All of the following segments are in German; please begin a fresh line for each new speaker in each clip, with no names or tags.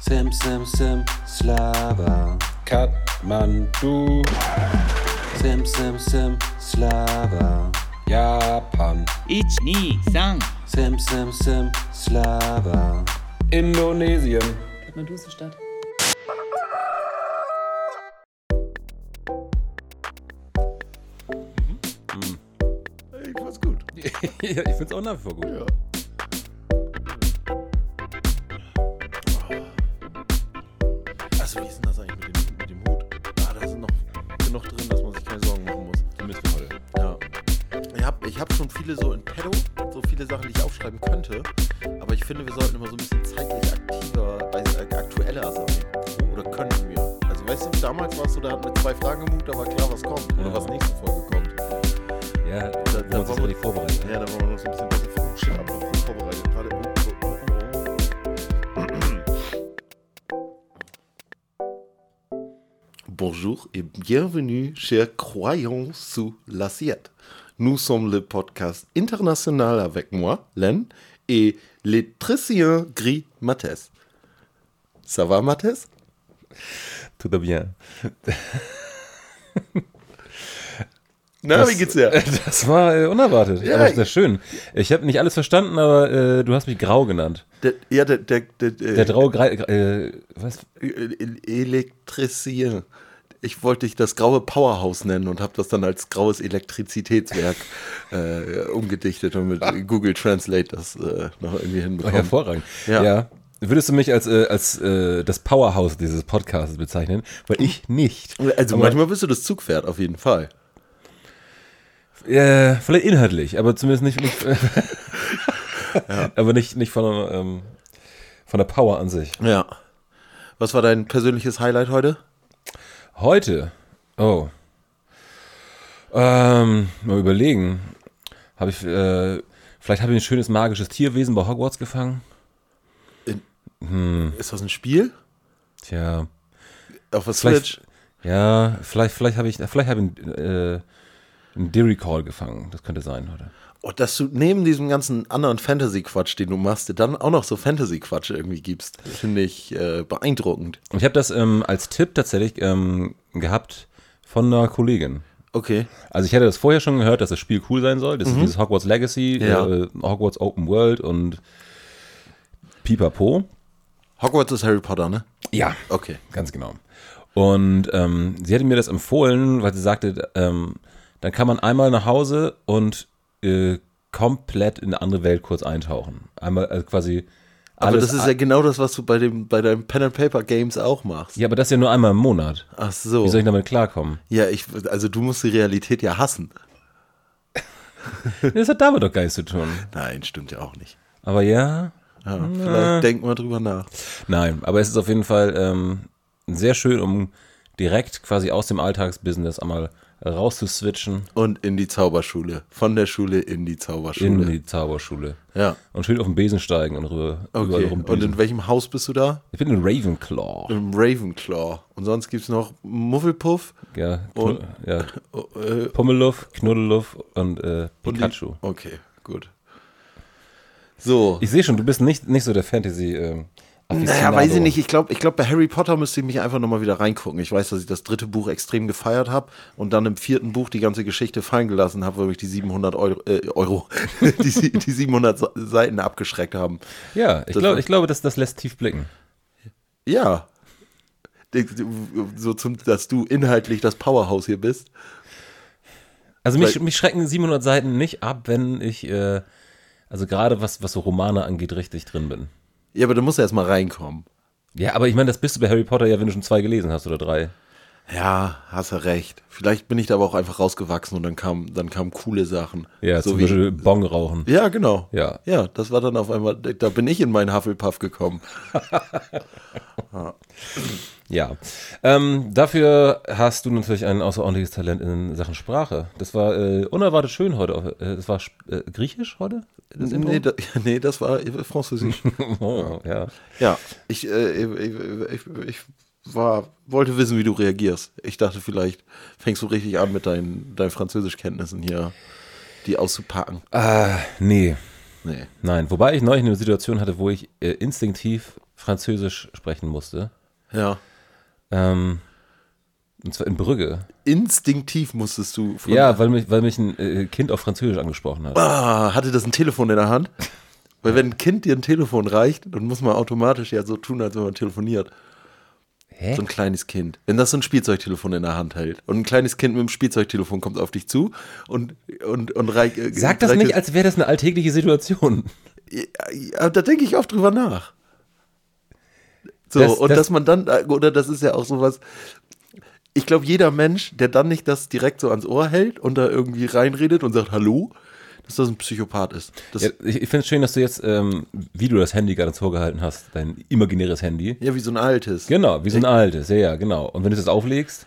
Sim, Sim, Sim, Slava.
Kathmandu,
Sim, Sim, Sim, Slava.
Japan,
123
Sim, Sim, Sim, Slava.
Indonesien,
Kathmandu ist eine Stadt.
Ich fand's gut.
ich find's auch nach wie vor gut.
Ja. Also, wie ist denn das eigentlich mit dem, mit dem Hut? Ah, da sind noch genug drin, dass man sich keine Sorgen machen muss.
Zumindest für heute.
Ja. Ich habe ich hab schon viele so in petto, so viele Sachen, die ich aufschreiben könnte. Aber ich finde, wir sollten immer so ein bisschen zeitlich aktiver, also äh, aktueller sein. Oder könnten wir. Also, weißt du, damals warst du, da hatten wir zwei Fragen im Hut, da war klar, was kommt. Oder
Ja.
was nächste Folge kommt.
Ja,
Da-
da,
da
wo man
wollen
sich ja
wir-
nicht vorbereitet.
Ja, da waren wir noch so ein bisschen besser vor- oh, shit, aber gut vorbereitet. Warte, oh, oh, oh, oh. Bonjour et bienvenue, chers croyants sous l'assiette. Nous sommes le podcast international avec moi, Len, et l'étricien gris Mathès. Ça va, Mathès?
Tut er bien.
Na, Ah,
Das-
wie geht's dir?
Das war äh, unerwartet.
Ja,
Ja, aber sehr schön. Ich habe nicht alles verstanden, aber äh, du hast mich grau genannt.
Der, ja, der, der, der,
Der Drau, äh, was?
Elektricien. Ich wollte dich das graue Powerhouse nennen und habe das dann als graues Elektrizitätswerk äh, umgedichtet und mit Google Translate das äh, noch irgendwie
Oh,
hinbekommen.
hervorragend.
Ja.
Ja. Würdest du mich als, äh, als äh, das Powerhouse dieses Podcasts bezeichnen? Weil ich nicht.
also
aber,
manchmal bist du das Zugpferd auf jeden Fall.
Äh, vielleicht inhaltlich, aber zumindest nicht. nicht Aber nicht, nicht von, der, ähm, von der Power an sich.
Ja. Was war dein persönliches Highlight heute?
Heute. Oh. Ähm, mal überlegen. Habe ich, äh, vielleicht habe ich ein schönes magisches Tierwesen bei Hogwarts gefangen. Hm.
Ist das ein Spiel?
Tja.
Auf der
Vielleicht-
Switch?
Ja, vielleicht, vielleicht habe ich, vielleicht habe ich einen, äh, einen Dairy Call gefangen. Das könnte sein, oder?
Oh, dass du neben diesem ganzen anderen Fantasy-Quatsch, den du machst, dir dann auch noch so Fantasy-Quatsch irgendwie gibst, finde ich äh, beeindruckend.
Und Ich habe das ähm, als Tipp tatsächlich ähm, gehabt von einer Kollegin.
Okay.
Also ich hätte das vorher schon gehört, dass das Spiel cool sein soll. Das ist dieses Hogwarts Legacy,
Ja.
äh, Hogwarts Open World und Pipapo.
Hogwarts ist Harry Potter, ne?
Ja,
Okay.
ganz genau. Und ähm, sie hatte mir das empfohlen, weil sie sagte, ähm, dann kann man einmal nach Hause und äh, komplett in eine andere Welt kurz eintauchen. Einmal äh, quasi
Aber
alles.
das ist ja genau das, was du bei, dem, bei deinen Pen and Paper Games auch machst.
ja, aber das ja nur einmal im Monat.
Ach so.
Wie soll ich damit klarkommen?
ja, ich, also du musst die Realität ja hassen.
Das hat damit doch gar nichts zu tun.
Nein, stimmt ja auch nicht.
Aber ja,
Ja, Vielleicht denk mal drüber nach.
Nein, aber es ist auf jeden Fall ähm, sehr schön, um direkt quasi aus dem Alltagsbusiness einmal rauszuswitchen
Und in die Zauberschule. Von der Schule in die
in
Zauberschule.
die Zauberschule.
ja.
Und schön auf den Besen steigen und rüber, überall
Okay. Und
rumbüsen.
in welchem Haus bist du da?
Ich bin in Ravenclaw.
Im Ravenclaw. Und sonst gibt's noch Muffelpuff
Ja,
Und-
Knu- ja.
äh,
Pummeluff, Knuddeluff und äh,
und die-
Pikachu.
Okay, gut. So.
ich sehe schon, du bist nicht, nicht so der fantasy ähm,
Naja,
Aficionado.
weiß ich nicht. Ich glaube, ich glaub, bei Harry Potter müsste ich mich einfach nochmal wieder reingucken. Ich weiß, dass ich das dritte Buch extrem gefeiert habe und dann im vierten Buch die ganze Geschichte fallen gelassen habe, weil mich die 700 Euro, äh, Euro die, sie- die 700 Se- Seiten abgeschreckt haben.
Ja, ich,
Das-
glaub, ich glaube, das, das lässt tief blicken.
Ja. So zum, dass du inhaltlich das Powerhouse hier bist.
Also mich,
Weil-
mich schrecken 700 Seiten nicht ab, wenn ich, äh, also gerade was, was so Romane angeht, richtig drin bin.
Ja, aber du musst ja erstmal reinkommen.
Ja, aber ich meine, das bist du bei Harry Potter ja, wenn du schon zwei gelesen hast oder drei.
Ja, hast ja recht. Vielleicht bin ich da aber auch einfach rausgewachsen und dann kamen dann kamen coole Sachen.
Ja,
so
zum
wie
Beispiel Bong rauchen.
Ja, genau.
Ja.
Ja, das war dann auf einmal, da bin ich in meinen Hufflepuff gekommen.
Ja. Ähm, dafür hast du natürlich ein außerordentliches Talent in Sachen Sprache. Das war äh, unerwartet schön heute. Äh, Das war Sp- äh, Griechisch heute? Das Intro?
Mhm. nee, da, nee, das war Französisch.
oh, ja.
ja, ich, äh, ich, ich, ich war, wollte wissen, wie du reagierst. Ich dachte, vielleicht fängst du richtig an mit deinen, deinen Französischkenntnissen hier, die auszupacken.
Nee,
Nee.
nein. Wobei ich neulich eine Situation hatte, wo ich äh, instinktiv Französisch sprechen musste.
Ja.
Ähm, und zwar in Brügge.
Instinktiv musstest du. von-
Ja, weil mich, weil mich ein äh, Kind auf Französisch angesprochen hat.
Ah, hatte das ein Telefon in der Hand? Weil wenn ein Kind dir ein Telefon reicht, dann muss man automatisch ja so tun, als wenn man telefoniert.
Hä?
So ein kleines Kind. Wenn das so ein Spielzeugtelefon in der Hand hält und ein kleines Kind mit dem Spielzeugtelefon kommt auf dich zu und, und, und reicht. äh,
Sag das
reicht
nicht, als wäre das eine alltägliche Situation.
Ja, da denke ich oft drüber nach. So,
Das-
und
das-
dass man dann, äh, oder das ist ja auch sowas, ich glaube, jeder Mensch, der dann nicht das direkt so ans Ohr hält und da irgendwie reinredet und sagt Hallo, dass das ein Psychopath ist. Das,
Ja,
ja.
ich ich finde es schön, dass du jetzt, ähm, wie du das Handy gerade ins Ohr gehalten hast, dein imaginäres Handy.
wie so ein altes.
Genau, wie so ein altes, ja, ja, genau. Und wenn du das auflegst,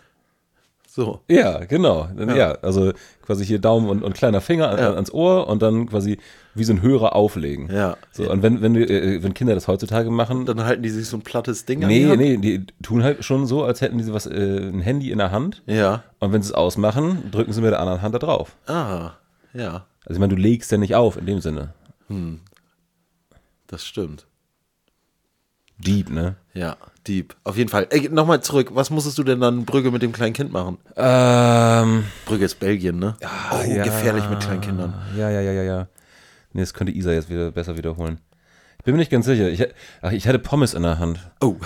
So.
ja, genau. Dann, ja. also quasi hier Daumen und, und kleiner Finger an,
Ja.
ans Ohr und dann quasi wie so ein Hörer auflegen.
Ja.
So, und wenn, wenn, du, äh, wenn Kinder das heutzutage machen,
Dann halten die sich so ein plattes Ding an. die
nee,
Hand.
nee, die tun halt schon so, als hätten sie was, äh, ein Handy in der Hand.
Ja.
Und wenn sie es ausmachen, drücken sie mit der anderen Hand da drauf.
Ah, ja,
Also ich meine, du legst ja nicht auf in dem Sinne.
das stimmt.
Dieb, ne?
Ja, Dieb. Auf jeden Fall. Ey, nochmal zurück. Was musstest du denn dann in Brügge mit dem kleinen Kind machen?
Ähm,
Brügge ist Belgien, ne? oh,
Ah, ja.
gefährlich mit kleinen Kindern.
ja, ja, ja, ja, ja. Nee, das könnte Isa jetzt wieder besser wiederholen. Ich bin mir nicht ganz sicher. Ich, hä- ach, ich hatte Pommes in der Hand.
Oh.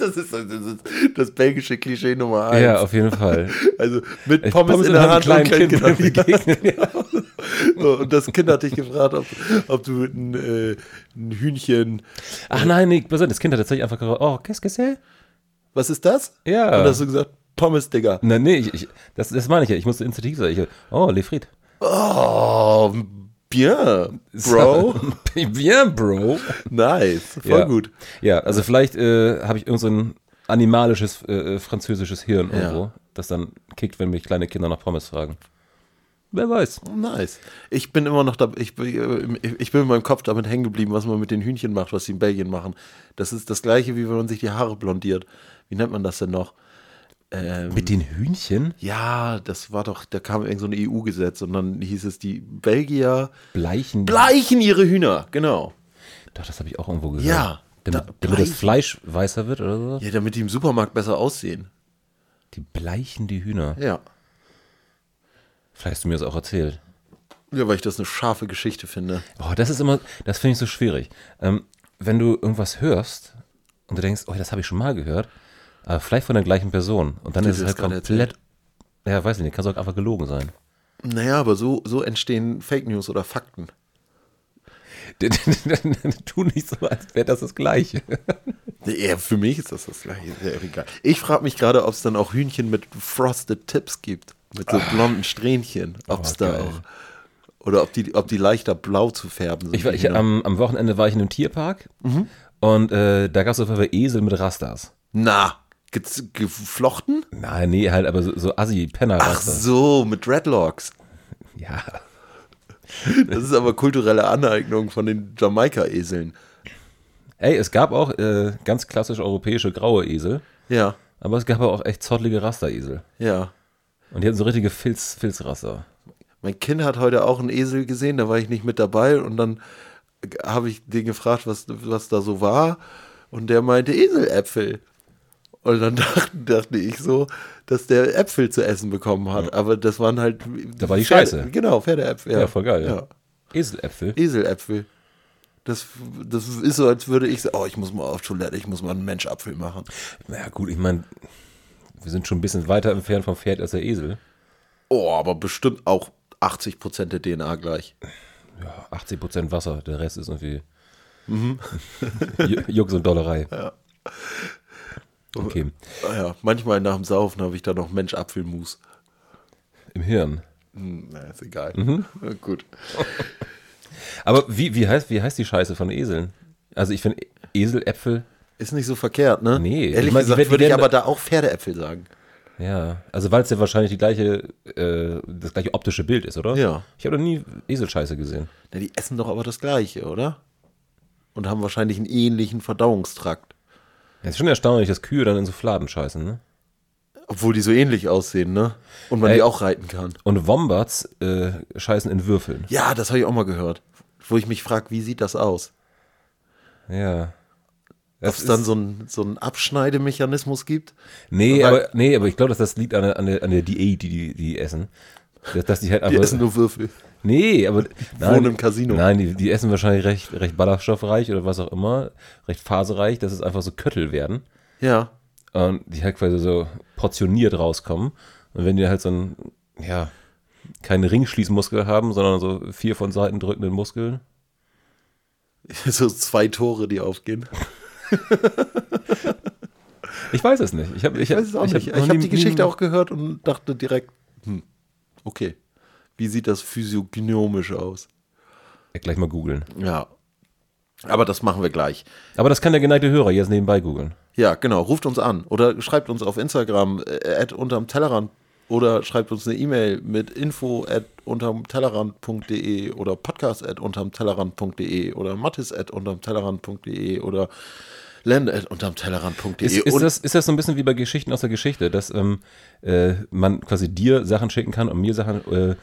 das, ist, das ist das belgische Klischee Nummer eins.
Ah, Ja, auf jeden Fall.
Also mit
Ich
halt. Pommes, in der Hand
einem
und kleinen
kleinen Kind
Kindern.
begegnet. Ja.
So, und das Kind hat dich gefragt, ob, ob du ein, äh, ein Hühnchen.
Ach nein, nee, pass auf, das Kind hat tatsächlich einfach gesagt, oh, qu'est-ce que c'est?
Was ist das?
Ja.
Und hast du gesagt, Pommes, Digga.
Nein, nee, ich, ich, das, das meine ich ja. Ich musste instinktiv sein. Ich, oh, Lefried.
Oh, bien, Bro.
Bien, Bro.
Nice. Voll
ja.
gut.
Ja, also vielleicht äh, habe ich irgend so ein animalisches äh, französisches Hirn irgendwo, das dann kickt, wenn mich kleine Kinder nach Pommes fragen. Wer weiß.
Nice. Ich bin immer noch da, ich, bin- ich bin in meinem Kopf damit hängen geblieben, was man mit den Hühnchen macht, was sie in Belgien machen. Das ist das gleiche, wie wenn man sich die Haare blondiert. Wie nennt man das denn noch? Ähm,
Mit den Hühnchen?
Ja, das war doch, da kam irgend so ein EU-Gesetz und dann hieß es, die Belgier
Bleichen.
bleichen ihre Hühner, genau.
Doch, das habe ich auch irgendwo gehört.
Ja,
Damit,
da-
damit das
Bleichen.
Fleisch weißer wird oder so?
Ja, damit die im Supermarkt besser aussehen.
Die bleichen die Hühner.
Ja.
Vielleicht hast du mir das auch erzählt.
Ja, weil ich das eine scharfe Geschichte finde.
Oh, das ist immer, das finde ich so schwierig. Ähm, wenn du irgendwas hörst und du denkst, oh, das habe ich schon mal gehört, aber vielleicht von der gleichen Person. Und dann
Die
ist es
das
halt
gerade
komplett. Ja, weiß ich nicht, kann es auch einfach gelogen sein.
Naja, aber so, so entstehen Fake News oder Fakten.
tu nicht so, als wäre das das Gleiche.
Ja, für mich ist das das gleiche, ist ja egal. Ich frage mich gerade, ob es dann auch Hühnchen mit Frosted Tips gibt. Mit so blonden Strähnchen. Ob es
Ah. Oh,
da
geil.
auch. Oder ob die, ob die leichter blau zu färben sind.
Ich war,
die
ich,
Hühner.
am, am Wochenende war ich in einem Tierpark und äh, da gab es auf jeden Fall Esel mit Rastas.
Na, gez- geflochten?
Nein, nee, halt, aber so, so assi penner
Ach so, mit Dreadlocks.
Ja.
Das ist aber kulturelle Aneignung von den Jamaika-Eseln.
Ey, es gab auch äh, ganz klassisch europäische graue Esel,
Ja,
aber es gab auch echt zottlige Rasteresel.
ja.
Und die hatten so richtige Filz, Filzraster.
Mein Kind hat heute auch einen Esel gesehen, da war ich nicht mit dabei und dann habe ich den gefragt, was, was da so war und der meinte Eseläpfel. Und dann dachte, dachte ich so, dass der Äpfel zu essen bekommen hat, aber das waren halt...
Da war die
Pferde-
Scheiße.
Genau, Pferdeäpfel.
Ja, voll geil, ja. Eseläpfel.
Eseläpfel. Das, das ist so, als würde ich sagen, oh, ich muss mal auf Toilette, ich muss mal einen Menschapfel machen.
Naja, gut, ich meine, wir sind schon ein bisschen weiter entfernt vom Pferd als der Esel.
Oh, aber bestimmt auch 80% der DNA gleich.
80% Wasser, der Rest ist irgendwie
Mhm.
Ju- Jux und Dollerei. Okay,
Ah Ja, manchmal nach dem Saufen habe ich da noch Mensch-Apfelmus.
im Hirn.
Hm, na, ist egal.
Mhm.
Gut.
Aber wie, wie, heißt, wie heißt die Scheiße von Eseln? Also ich finde Eseläpfel,
Ist nicht so verkehrt, ne?
Nee,
Ehrlich
ich meine, die
gesagt
werden- die
würde ich
werden-
aber da auch Pferdeäpfel sagen.
ja. Also weil es ja wahrscheinlich die gleiche, äh, das gleiche optische Bild ist, oder?
Ja.
Ich habe noch nie Eselscheiße gesehen.
Na, die essen doch aber das Gleiche, oder? Und haben wahrscheinlich einen ähnlichen Verdauungstrakt.
Es ist schon erstaunlich, dass Kühe dann in so Fladen scheißen, ne?
Obwohl die so ähnlich aussehen, ne? Und man
Ey.
die auch reiten kann.
Und Wombats äh, scheißen in Würfeln.
Ja, das habe ich auch mal gehört. Wo ich mich frage, wie sieht das aus?
Ja.
Ob es dann so einen so einen Abschneidemechanismus gibt?
Nee,
Weil-
aber, nee, aber ich glaube, dass das liegt an der, an der, an der Diät, die die, die essen. Dass, dass die halt
Die
einfach,
essen nur Würfel.
Nee, aber.
Wohnen im Casino.
Nein, die, die essen wahrscheinlich recht, recht ballaststoffreich oder was auch immer, recht fasereich, dass es einfach so Köttel werden.
Ja.
Und die halt quasi so portioniert rauskommen. Und wenn die halt so ein, ja, keinen Ringschließmuskel haben, sondern so vier von Seiten drückenden Muskeln.
So zwei Tore, die aufgehen.
Ich weiß es nicht. Ich, hab, ich,
Ich weiß es auch
ich
nicht.
noch
ich habe
nie-
die Geschichte
nie-
auch gehört und dachte direkt, hm, okay. Wie sieht das physiognomisch aus?
Ja, Gleich mal googeln.
Ja. Aber das machen wir gleich.
Aber das kann der geneigte Hörer jetzt nebenbei googeln.
Ja, genau. Ruft uns an oder schreibt uns auf Instagram äh, at unterm Tellerrand oder schreibt uns eine E-Mail mit info at unterm Tellerrand.de oder podcast at unterm Tellerrand.de oder mattis at unterm Tellerrand.de oder len at unterm Tellerrand.de.
Ist, ist,
Und-
das, ist das so ein bisschen wie bei Geschichten aus der Geschichte, dass ähm, äh, man quasi dir Sachen schicken kann und mir Sachen, äh,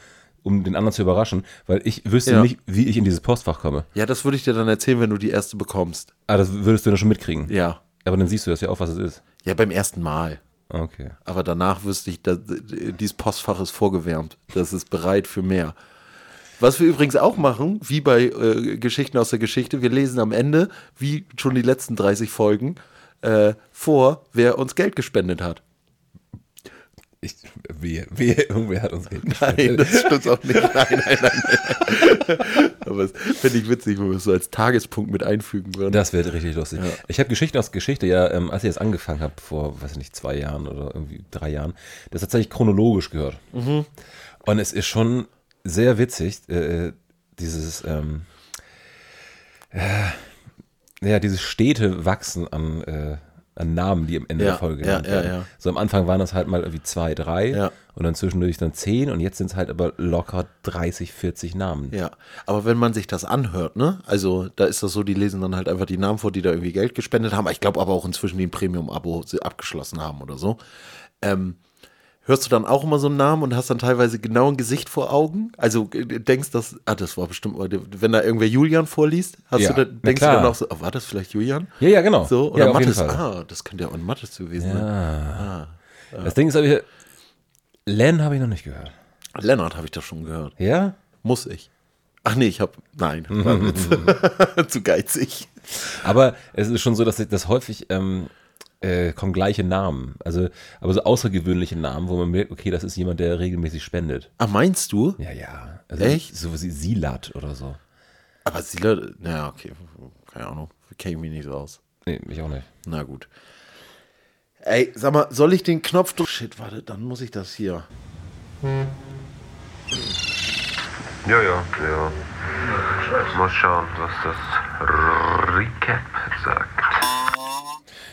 um den anderen zu überraschen? Weil ich wüsste
Ja.
nicht, wie ich in dieses Postfach komme.
ja, das würde ich dir dann erzählen, wenn du die erste bekommst.
Ah, das würdest du dann schon mitkriegen.
Ja.
Aber dann siehst du das ja auch, was es ist.
Ja, beim ersten Mal.
Okay.
Aber danach wüsste ich, dass, äh, dieses Postfach ist vorgewärmt. Das ist bereit für mehr. Was wir übrigens auch machen, wie bei äh, Geschichten aus der Geschichte, wir lesen am Ende, wie schon die letzten 30 Folgen, äh, vor, wer uns Geld gespendet hat.
Ich, wehe, wehe, irgendwer hat uns Geld
Nein, das stimmt auch nicht. Nein, nein, nein. nein. Aber es finde ich witzig, wenn wir es so als Tagespunkt mit einfügen würden.
Das wird richtig lustig. Ich habe Geschichten aus Geschichte, ja, ähm, als ich das angefangen habe, vor, weiß ich nicht, zwei Jahren oder irgendwie drei Jahren, das tatsächlich chronologisch gehört.
Mhm.
Und es ist schon sehr witzig, äh, dieses, ähm, äh, ja, dieses stete Wachsen an, äh, an Namen, die am Ende
Ja,
der Folge
ja,
genannt
ja,
werden.
ja.
So am Anfang waren das halt mal irgendwie zwei, drei
Ja.
und dann zwischendurch dann zehn und jetzt sind es halt aber locker 30, 40 Namen.
Ja, aber wenn man sich das anhört, ne? Also da ist das so, die lesen dann halt einfach die Namen vor, die da irgendwie Geld gespendet haben. Ich glaube aber auch inzwischen, die ein Premium-Abo sie abgeschlossen haben oder so. Ähm, hörst du dann auch immer so einen Namen und hast dann teilweise genau ein Gesicht vor Augen? Also äh, denkst das, ah, das war bestimmt, wenn da irgendwer Julian vorliest, hast
Ja,
du dann,
na
denkst du
klar.
dann auch so, ah, war das vielleicht Julian?
Ja, ja, genau.
So, oder
ja, auf jeden
Mattes,
Fall.
ah, das könnte ja auch ein Mattes gewesen sein.
Das Ding ist, aber ich, Len habe ich noch nicht gehört.
Lennart habe ich das schon gehört.
Ja?
Muss ich. Ach nee, ich habe, nein, war ein
Mhm,
Witz. zu geizig.
Aber es ist schon so, dass ich das häufig ähm, äh, kommen gleiche Namen. Also, aber so außergewöhnliche Namen, wo man merkt, okay, das ist jemand, der regelmäßig spendet.
Ah, meinst du?
Ja, ja. Also
Echt?
So wie Silat oder so.
Aber sie Leute, naja, okay, keine Ahnung, kenne ich mich nicht so aus.
Nee, ich auch nicht.
Na gut. Ey, sag mal, soll ich den Knopf drücken? Shit, warte, dann muss ich das hier.
Ja, ja, ja. Mal schauen, was das Recap sagt.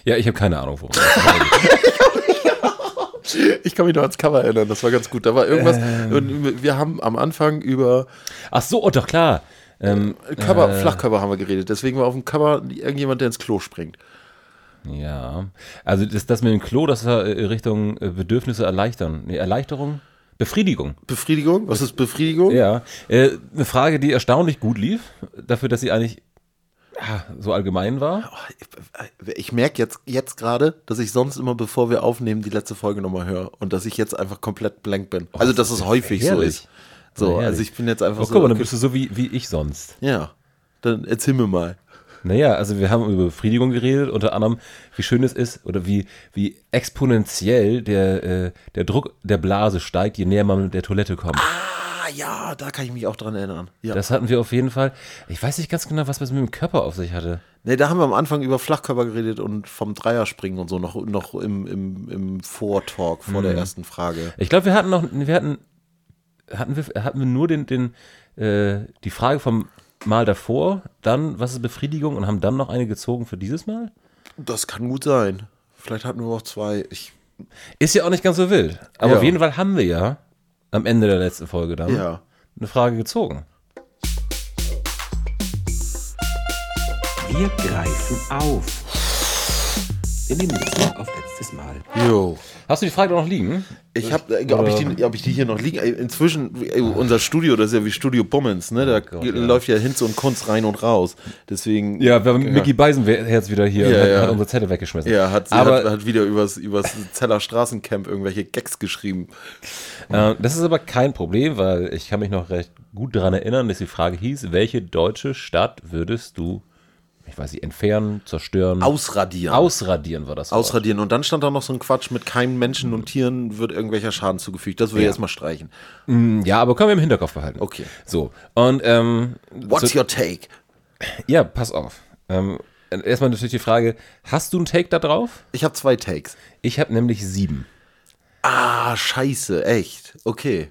Ja, ich habe keine Ahnung, worum es geht.
Ich kann mich noch ans Cover erinnern, das war ganz gut. Da war irgendwas, und wir haben am Anfang über
Ach so, oh, doch klar. Ähm,
Cover, Flachcover haben wir geredet. Deswegen war auf dem Cover irgendjemand, der ins Klo springt.
ja. Also das, das mit dem Klo, das war äh, Richtung äh, Bedürfnisse erleichtern. Nee, Erleichterung? Befriedigung.
Befriedigung? Was ist Befriedigung?
Ja, äh, eine Frage, die erstaunlich gut lief, dafür, dass sie eigentlich ja, so allgemein war.
Oh, Ich, ich merke jetzt, jetzt gerade, dass ich sonst immer, bevor wir aufnehmen, die letzte Folge nochmal höre und dass ich jetzt einfach komplett blank bin. also, dass es häufig so
herrlich.
ist. So,
Herrlich.
also ich bin jetzt einfach
Oh,
so.
guck mal, dann
okay.
bist du so wie, wie ich sonst.
Ja, dann erzähl mir mal.
Naja, also wir haben über Befriedigung geredet, unter anderem, wie schön es ist oder wie, wie exponentiell der, äh, der Druck der Blase steigt, je näher man der Toilette kommt.
Ah ja, da kann ich mich auch dran erinnern. Ja.
Das hatten wir auf jeden Fall. Ich weiß nicht ganz genau, was das mit dem Körper auf sich hatte.
nee, da haben wir am Anfang über Flachkörper geredet und vom Dreierspringen und so noch, noch im, im, im Vortalk vor
Mhm.
der ersten Frage.
Ich glaube, wir hatten noch, wir hatten, hatten wir, hatten wir nur den, den, äh, die Frage vom Mal davor, dann, was ist Befriedigung und haben dann noch eine gezogen für dieses Mal?
Das kann gut sein. Vielleicht hatten wir auch zwei. Ich,
Ist ja auch nicht ganz so wild. Aber
Ja.
auf jeden Fall haben wir ja am Ende der letzten Folge dann
ja.
eine Frage gezogen.
Wir greifen auf. Wir nehmen Bezug auf letztes Mal.
Jo.
Hast du die Frage noch liegen?
Ich habe, äh, ob, ich die- ob ich die hier noch liegen. äh, Inzwischen, äh, unser Studio, das ist ja wie Studio Bummens, ne? Da
Oh Gott,
ge-
ja.
läuft ja Hinz und Kunst rein und raus. Deswegen.
Ja, wir haben Mickey Beisenherz wieder hier
Ja,
und hat,
ja.
hat unsere Zettel weggeschmissen.
Ja, hat, sie
aber
hat, hat wieder übers, übers Zeller Straßencamp irgendwelche Gags geschrieben.
Äh, das ist aber kein Problem, weil ich kann mich noch recht gut daran erinnern, dass die Frage hieß, welche deutsche Stadt würdest du, ich weiß nicht, entfernen, zerstören,
Ausradieren.
ausradieren war das Wort.
Ausradieren. Und dann stand da noch so ein Quatsch mit keinem Menschen und Tieren wird irgendwelcher Schaden zugefügt. Das will ich erstmal streichen.
Ja, aber können wir im Hinterkopf behalten.
Okay.
So, und ähm,
What's your take?
ja, pass auf. Ähm, erstmal natürlich die Frage, hast du einen Take da drauf?
Ich habe zwei Takes.
Ich habe nämlich sieben.
Ah, scheiße, echt. Okay.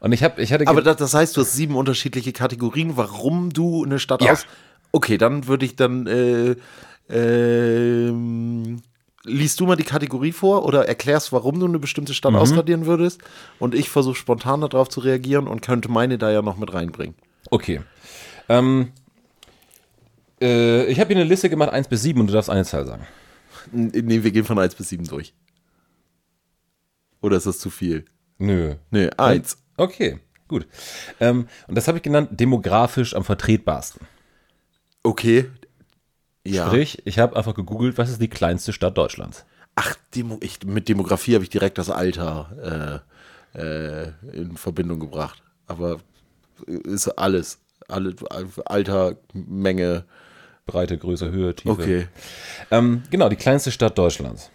Und ich habe, ich hatte,
Aber das, das heißt, du hast sieben unterschiedliche Kategorien, warum du eine Stadt
Ja.
aus. Okay, dann würde ich dann. Äh, ähm, liest du mal die Kategorie vor oder erklärst, warum du eine bestimmte Stadt ausradieren würdest? Und ich versuche spontan darauf zu reagieren und könnte meine da ja noch mit reinbringen.
okay. Ähm, äh, ich habe hier eine Liste gemacht, eins bis sieben, und du darfst eine Zahl sagen.
N- Nee, wir gehen von 1 bis 7 durch. Oder ist das zu viel?
Nö.
Nee,
Hm.
1.
Okay, gut. Ähm, und das habe ich genannt, demografisch am vertretbarsten.
Okay. Ja.
Sprich, ich habe einfach gegoogelt, was ist die kleinste Stadt Deutschlands?
Ach, Demo ich, mit Demografie habe ich direkt das Alter äh, äh, in Verbindung gebracht. Aber ist alles. Alle, Alter, Menge.
Breite, Größe, Höhe, Tiefe.
Okay.
Ähm, genau, die kleinste Stadt Deutschlands.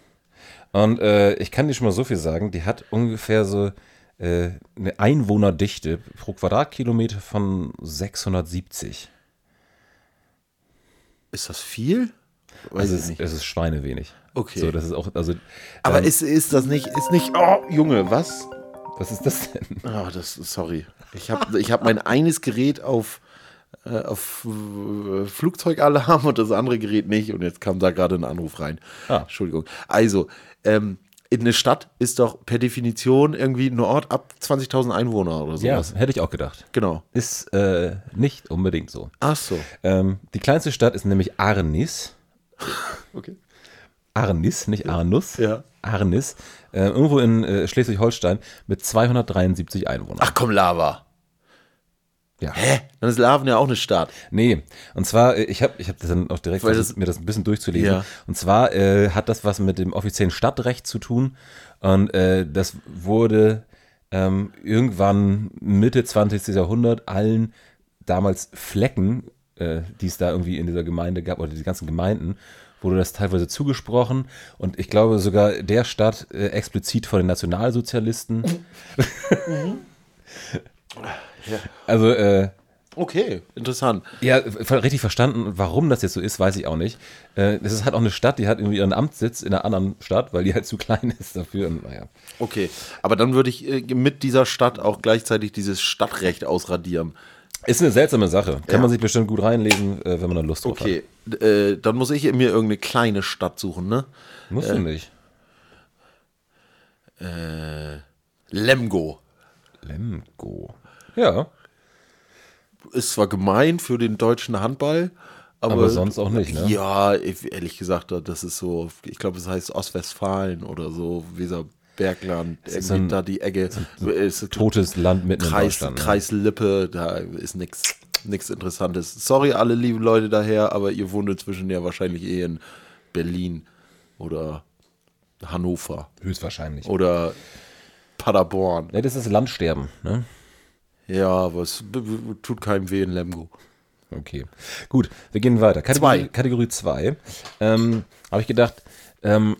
Und äh, ich kann dir schon mal so viel sagen, die hat ungefähr so äh, eine Einwohnerdichte pro Quadratkilometer von 670.
Ist das viel? Weiß
Das
ich
ist,
nicht.
Also es ist schweinewenig.
Okay.
So, das ist auch, also,
Aber ist, ist das nicht, ist nicht, oh, Junge, was?
was ist das denn?
Ah, das, sorry. Ich habe ich hab mein eines Gerät auf, äh, auf äh, Flugzeugalarm und das andere Gerät nicht. Und jetzt kam da gerade ein Anruf rein.
Ah.
Entschuldigung. Also, ähm, eine Stadt ist doch per Definition irgendwie ein Ort ab 20.000 Einwohner oder
Ja,
sowas.
hätte ich auch gedacht.
Genau.
Ist äh, nicht unbedingt so.
Ach so.
Ähm, die kleinste Stadt ist nämlich Arnis.
Okay.
Arnis, nicht Arnus.
Ja.
Arnis. Äh, irgendwo in äh, Schleswig-Holstein mit 273 Einwohnern.
Ach komm, Lava.
Ja.
Hä? Äh, Dann ist Laven ja auch eine Stadt.
Nee, und zwar, äh, ich habe ich hab das dann auch direkt
Weil
versucht,
das-
mir das ein bisschen durchzulesen.
Ja.
Und zwar äh, hat das was mit dem offiziellen Stadtrecht zu tun. Und äh, das wurde ähm, irgendwann Mitte 20. Jahrhundert allen damals Flecken, äh, die es da irgendwie in dieser Gemeinde gab, oder die ganzen Gemeinden, wurde das teilweise zugesprochen. Und ich glaube sogar der Stadt äh, explizit von den Nationalsozialisten.
Mhm.
Also, äh,
Okay, interessant.
ja, ver- richtig verstanden. Warum das jetzt so ist, weiß ich auch nicht. Äh, Es ist halt auch eine Stadt, die hat irgendwie ihren Amtssitz in einer anderen Stadt, weil die halt zu klein ist dafür. Und naja.
Okay, aber dann würde ich äh, mit dieser Stadt auch gleichzeitig dieses Stadtrecht ausradieren.
Ist eine seltsame Sache. Kann man sich bestimmt gut reinlesen, äh, wenn man da Lust drauf
Okay, d- äh, dann muss ich mir irgendeine kleine Stadt suchen, ne?
hat. Musst du nicht.
Lemgo.
Lemgo. Ja,
Ist zwar gemein für den deutschen Handball, aber,
aber sonst auch nicht, ne?
Ja, ich- ehrlich gesagt, das ist so, ich glaube, es heißt Ostwestfalen oder so, Weserbergland, irgendwie
so ein-
da die Ecke. ist
Totes Land mitten in
Kreis,
Deutschland. ne?
Kreis Lippe, da ist nichts nix Interessantes. Sorry, alle lieben Leute daher, aber ihr wohnt inzwischen ja wahrscheinlich eh in Berlin oder Hannover.
Höchstwahrscheinlich.
oder Paderborn.
Ja, das ist Landsterben, ne?
Ja, aber es b- b- tut keinem weh in Lemgo.
Okay. Gut, wir gehen weiter.
Zwei.
Kategorie 2. Kategorie zwei. Ähm, Habe ich gedacht, ähm,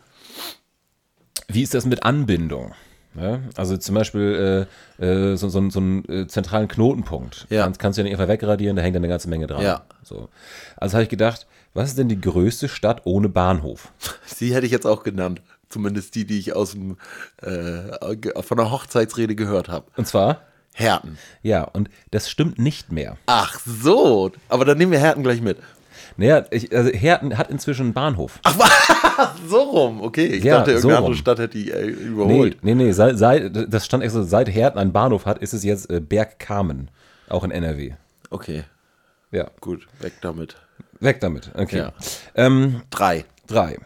wie ist das mit Anbindung? Ja, also zum Beispiel äh, äh, so, so, so einen äh, zentralen Knotenpunkt.
Ja.
Kannst, kannst du ja nicht einfach wegradieren, da hängt dann eine ganze Menge dran.
Ja.
So. Also habe ich gedacht, was ist denn die größte Stadt ohne Bahnhof?
Sie hätte ich jetzt auch genannt. Zumindest die, die ich aus dem, äh, ge- von der Hochzeitsrede gehört habe.
Und zwar,
Herten.
ja, und das stimmt nicht mehr.
Ach so, aber dann nehmen wir Herten gleich mit.
Naja, ich, also Herten hat inzwischen einen Bahnhof.
So rum, okay. Ich
Ja,
dachte,
so
irgendeine andere
rum.
Stadt hätte die äh, überholt.
Nee, nee, nee, seit, seit, das stand extra, seit Herten einen Bahnhof hat, ist es jetzt äh, Berg Kamen, auch in NRW.
Okay,
Ja,
gut, weg damit.
weg damit. Okay.
Ja.
Ähm,
Drei.
drei.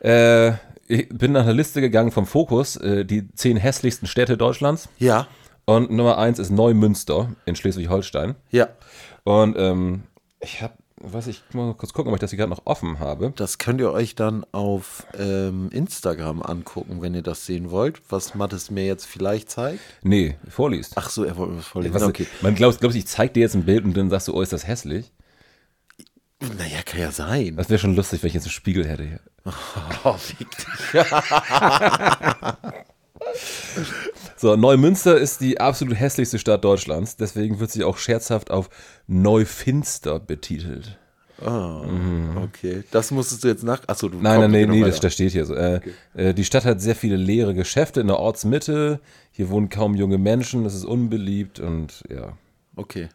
Äh, ich bin nach einer Liste gegangen vom Fokus, äh, die zehn hässlichsten Städte Deutschlands.
Ja,
Und Nummer eins ist Neumünster in Schleswig-Holstein.
ja.
Und ähm, ich habe, weiß ich, ich muss mal kurz gucken, ob ich das hier gerade noch offen habe.
Das könnt ihr euch dann auf ähm, Instagram angucken, wenn ihr das sehen wollt, was Mattes mir jetzt vielleicht zeigt.
Nee, vorliest.
Ach so, er wollte mir das
Was,
vorlesen. Okay.
Man glaubt, glaubst, du, ich zeig dir jetzt ein Bild und dann sagst du, oh, ist das hässlich?
Naja, kann ja sein.
Das wäre schon lustig, wenn ich jetzt einen Spiegel hätte hier.
Oh, fick dich.
So, Neumünster ist die absolut hässlichste Stadt Deutschlands. Deswegen wird sie auch scherzhaft auf Neufinster betitelt.
Okay, das musstest du jetzt nach. Achso, du
Nein,
komm,
nein, nee,
bitte
nee,
weiter.
das, das steht hier so. Äh, äh, die Stadt hat sehr viele leere Geschäfte in der Ortsmitte. Hier wohnen kaum junge Menschen. Es ist unbeliebt und ja,
Okay.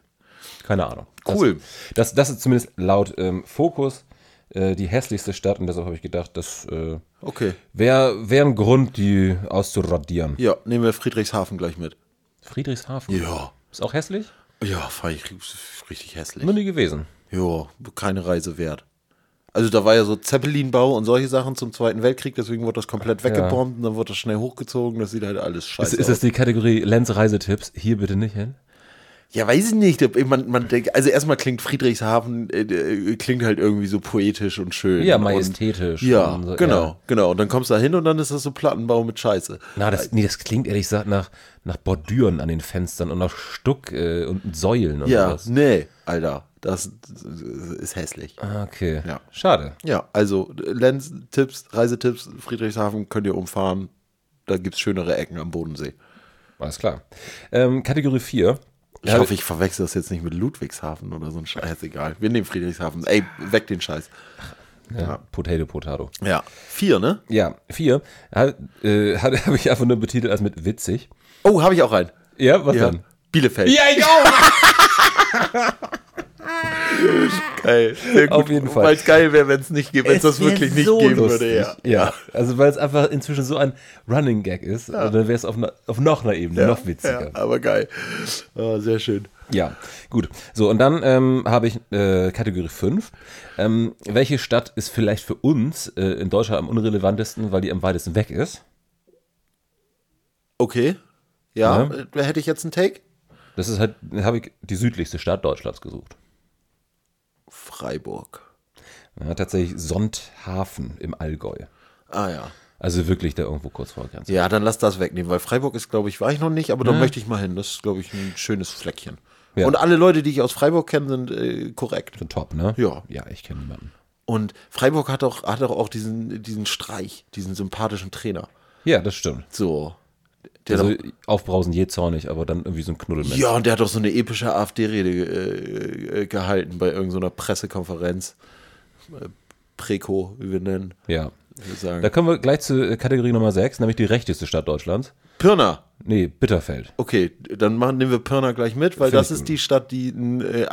keine Ahnung.
Cool.
Das, das, das ist zumindest laut ähm, Fokus äh, die hässlichste Stadt und deshalb habe ich gedacht, das äh,
Okay.
wäre wär ein Grund, die auszuradieren.
Ja, nehmen wir Friedrichshafen gleich mit.
Friedrichshafen.
Ja.
Ist auch hässlich?
Ja, fand ich richtig hässlich.
Noch nie gewesen.
Ja, keine Reise wert. Also da war ja so Zeppelinbau und solche Sachen zum Zweiten Weltkrieg, deswegen wurde das komplett weggebombt und dann wurde das schnell hochgezogen, das sieht halt alles
Ist,
scheiße
ist das die Kategorie Lenz Reisetipps? Hier bitte nicht hin.
aus. Ja, weiß ich nicht. ob- Man, man denkt, also erstmal klingt Friedrichshafen, äh, äh, klingt halt irgendwie so poetisch und schön.
Ja,
Und-
majestätisch.
Ja,
Und so,
genau,
ja.
genau. Und dann kommst du da hin und dann ist das so Plattenbau mit Scheiße.
Na, das, nee, das klingt ehrlich gesagt nach, nach Bordüren an den Fenstern und nach Stuck äh, und Säulen und
Ja,
sowas.
nee, Alter, das äh, ist hässlich.
Ah, Okay.
Ja.
Schade.
Ja, also äh, Lenz-Tipps, Reisetipps, Friedrichshafen könnt ihr umfahren. Da gibt es schönere Ecken am Bodensee.
Alles klar. Ähm, Kategorie 4.
Ich hoffe, ich verwechsel das jetzt nicht mit Ludwigshafen oder so ein Scheiß. Egal. Wir nehmen Friedrichshafen. Ey, weg den Scheiß.
Ja, Potato, Potato.
Ja. Vier, ne?
Ja, 4 habe äh, hab hab ich einfach nur betitelt als mit witzig.
Oh, habe ich auch einen.
Ja, was
Ja.
denn?
Bielefeld.
ich auch!
Geil. Sehr gut.
Auf jeden Fall.
Weil es geil wäre, wenn es nicht gibt, wenn es das wirklich nicht geben würde. Ja.
ja, also weil es einfach inzwischen so ein Running Gag ist, also dann wäre es auf, ne, auf noch einer Ebene noch witziger.
Ja, aber geil. Ah, sehr schön.
Ja, gut. So, und dann ähm, habe ich äh, Kategorie 5. Ähm, welche Stadt ist vielleicht für uns äh, in Deutschland am unrelevantesten, weil die am weitesten weg ist?
Okay. Ja, äh, hätte ich jetzt einen Take?
Das ist halt, da habe ich die südlichste Stadt Deutschlands gesucht.
Freiburg.
Ja, tatsächlich Sonthafen im Allgäu.
Ah ja.
Also wirklich da irgendwo kurz vor der Grenze.
Ja, dann lass das wegnehmen, weil Freiburg ist, glaube ich, war ich noch nicht, aber da möchte ich mal hin. Das ist, glaube ich, ein schönes Fleckchen.
Ja.
Und alle Leute, die ich aus Freiburg kenne, sind äh, korrekt.
So Top, ne?
Ja.
Ja, ich kenne niemanden.
Und Freiburg hat auch, hat auch, auch diesen, diesen Streich, diesen sympathischen Trainer.
Ja, das stimmt.
So. Der
Also
doch,
aufbrausen je zornig, aber dann irgendwie so ein Knuddelmensch.
ja, und der hat doch so eine epische AfD-Rede äh, äh, gehalten bei irgendeiner Pressekonferenz. Äh, Preko, wie wir nennen.
ja.
Wir sagen.
Da kommen wir gleich zu äh, Kategorie Nummer 6, nämlich die rechteste Stadt Deutschlands.
Pirna.
Nee, Bitterfeld.
Okay, dann machen, nehmen wir Pirna gleich mit, weil das
ich
ist die Stadt, die einen äh,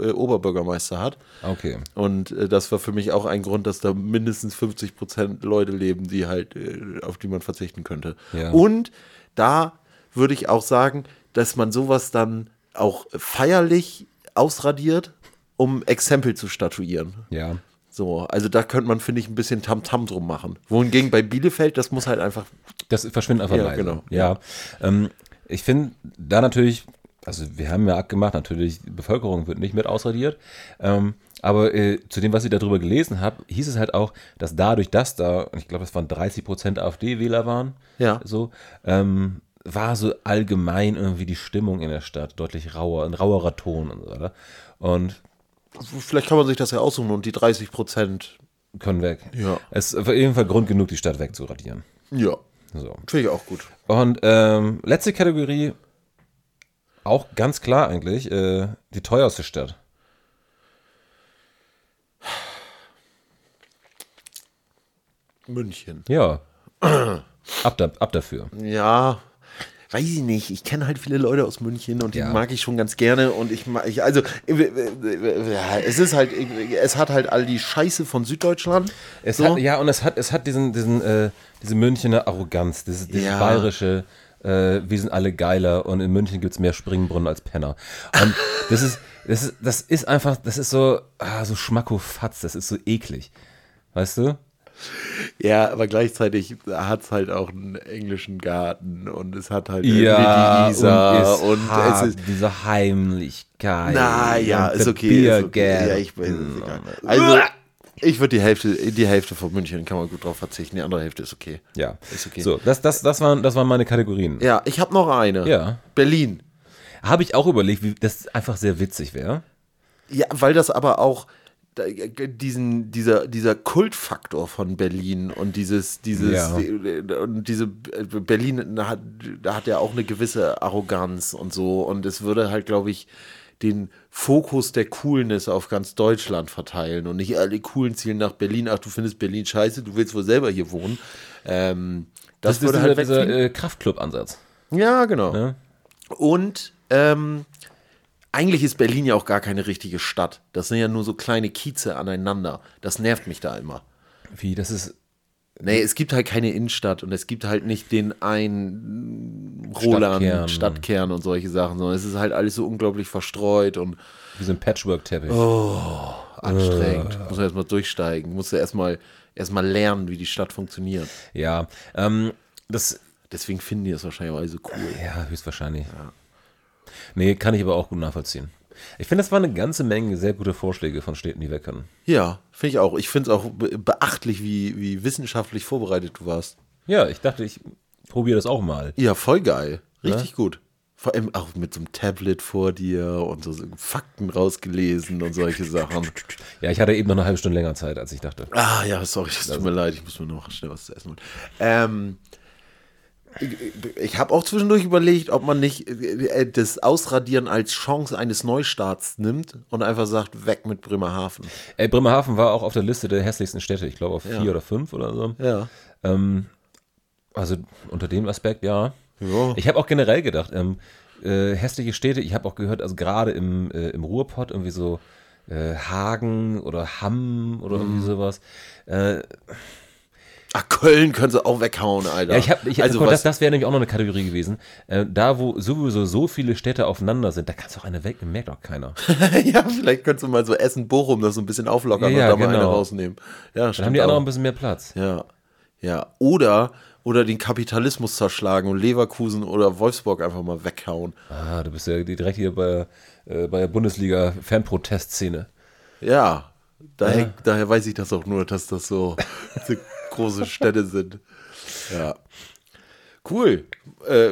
AfD-Oberbürgermeister hat.
Okay.
Und äh, das war für mich auch ein Grund, dass da mindestens 50 Prozent Leute leben, die halt, äh, auf die man verzichten könnte.
Ja.
Und da würde ich auch sagen, dass man sowas dann auch feierlich ausradiert, um Exempel zu statuieren.
Ja.
So, also da könnte man, finde ich, ein bisschen Tamtam drum machen. Wohingegen bei Bielefeld, das muss halt einfach.
Das verschwindet einfach
Ja,
leise.
genau.
Ja. Ähm, ich finde da natürlich, also wir haben ja abgemacht, natürlich, die Bevölkerung wird nicht mit ausradiert. Ähm, aber äh, zu dem, was ich darüber gelesen habe, hieß es halt auch, dass dadurch, dass da, und ich glaube, das waren 30 Prozent AfD-Wähler waren,
Ja.
so, ähm, war so allgemein irgendwie die Stimmung in der Stadt deutlich rauer, ein rauerer Ton und so weiter. Und Also
Vielleicht kann man sich das ja aussuchen und die 30 Prozent.
können weg.
Ja.
Es war auf jeden Fall Grund genug, die Stadt wegzuradieren.
Ja,
So.
finde ich auch gut.
Und ähm, letzte Kategorie, auch ganz klar eigentlich, äh, die teuerste Stadt.
München.
Ja. Ab, da, ab dafür.
Ja, weiß ich nicht. Ich kenne halt viele Leute aus München und die
Ja.
mag ich schon ganz gerne. Und ich mag, ich, also, äh, äh, äh, ja, es ist halt, äh, es hat halt all die Scheiße von Süddeutschland.
Es
so.
hat, ja, und es hat, es hat diesen, diesen, äh, diese Münchner Arroganz, dieses, dieses
Ja.
bayerische, äh, wir sind alle geiler und in München gibt es mehr Springbrunnen als Penner. Und das ist, das ist, das ist einfach, das ist so, ah, so Schmackofatz, das ist so eklig. Weißt du?
Ja, aber gleichzeitig hat es halt auch einen englischen Garten und es hat halt
Ja,
irgendwie die Isar
und,
und, es ist.
diese Heimlichkeit.
Na ja,
und
ist
der
okay. Ist okay.
Biergarten.
Ja, ich bin ist egal. Also, ich würde die Hälfte, die Hälfte von München kann man gut drauf verzichten, die andere Hälfte ist okay.
Ja,
Ist okay.
So, das, das, das, waren, das waren meine Kategorien.
Ja, ich habe noch eine.
Ja.
Berlin.
Habe ich auch überlegt, wie das einfach sehr witzig wäre.
Ja, weil das aber auch da- äh, diesen, dieser, dieser Kultfaktor von Berlin und dieses, dieses, äh,
Ja.
und diese äh, Berlin hat, da hat ja auch eine gewisse Arroganz und so. Und es würde halt, glaube ich, den Fokus der Coolness auf ganz Deutschland verteilen und nicht alle coolen zielen nach Berlin. Ach, du findest Berlin scheiße, du willst wohl selber hier wohnen. Ähm, das,
ist
würde
dieser,
halt
dieser
wegfliegen.
äh, Kraftclub-Ansatz.
Ja, genau.
Ne?
Und ähm, eigentlich ist Berlin ja auch gar keine richtige Stadt. Das sind ja nur so kleine Kieze aneinander. Das nervt mich da immer.
Wie, das ist.
Nee, es gibt halt keine Innenstadt und es gibt halt nicht den einen Roland,
Stadtkern.
Stadtkern, und solche Sachen, sondern es ist halt alles so unglaublich verstreut und
Wie so ein Patchwork-Teppich.
Oh. anstrengend. Muss man erstmal durchsteigen, muss ja erstmal erstmal lernen, wie die Stadt funktioniert.
Ja. Ähm, das.
Deswegen finden die es wahrscheinlich auch alle so cool.
Ja, höchstwahrscheinlich. Nee, kann ich aber auch gut nachvollziehen. Ich finde, das waren eine ganze Menge sehr gute Vorschläge von Städten, die wir können.
Ja, finde ich auch. Ich finde es auch be beachtlich, wie, wie wissenschaftlich vorbereitet du warst.
Ja, ich dachte, ich probiere das auch mal.
Ja, voll geil. Richtig gut. Vor allem auch mit so einem Tablet vor dir und so Fakten rausgelesen und solche Sachen.
Ja, ich hatte eben noch eine halbe Stunde länger Zeit, als ich dachte.
Ah ja, sorry, es tut mir leid, ich muss mir noch schnell was zu essen holen. Ähm, ich- ich habe auch zwischendurch überlegt, ob man nicht äh, das Ausradieren als Chance eines Neustarts nimmt und einfach sagt, weg mit Bremerhaven.
Ey, Äh, Bremerhaven war auch auf der Liste der hässlichsten Städte. Ich glaube, auf vier oder fünf oder so.
Ja.
Ähm, also unter dem Aspekt, ja.
Ja.
Ich habe auch generell gedacht, ähm, äh, hässliche Städte, ich habe auch gehört, also gerade im, äh, im Ruhrpott irgendwie so äh, Hagen oder Hamm oder
Mhm.
irgendwie sowas. Äh,
Ach, Köln können sie auch weghauen, Alter.
ja, ich habe, ich,
also
guck, das,
was,
das wäre nämlich auch noch eine Kategorie gewesen. Äh, da, wo sowieso so viele Städte aufeinander sind, da kannst du auch eine wegnehmen, merkt auch keiner. Dann
ja, vielleicht könntest du mal so Essen-Bochum das so ein bisschen auflockern
Ja, ja,
und da mal eine
genau.
rausnehmen. Ja, Dann
haben die anderen ein bisschen mehr Platz.
Ja, ja. Oder, oder den Kapitalismus zerschlagen und Leverkusen oder Wolfsburg einfach mal weghauen.
Ah, du bist ja direkt hier bei, äh, bei der Bundesliga-Fanprotestszene.
Ja, daher, daher weiß ich das auch nur, dass das so so große Städte sind. Ja. Cool. Äh,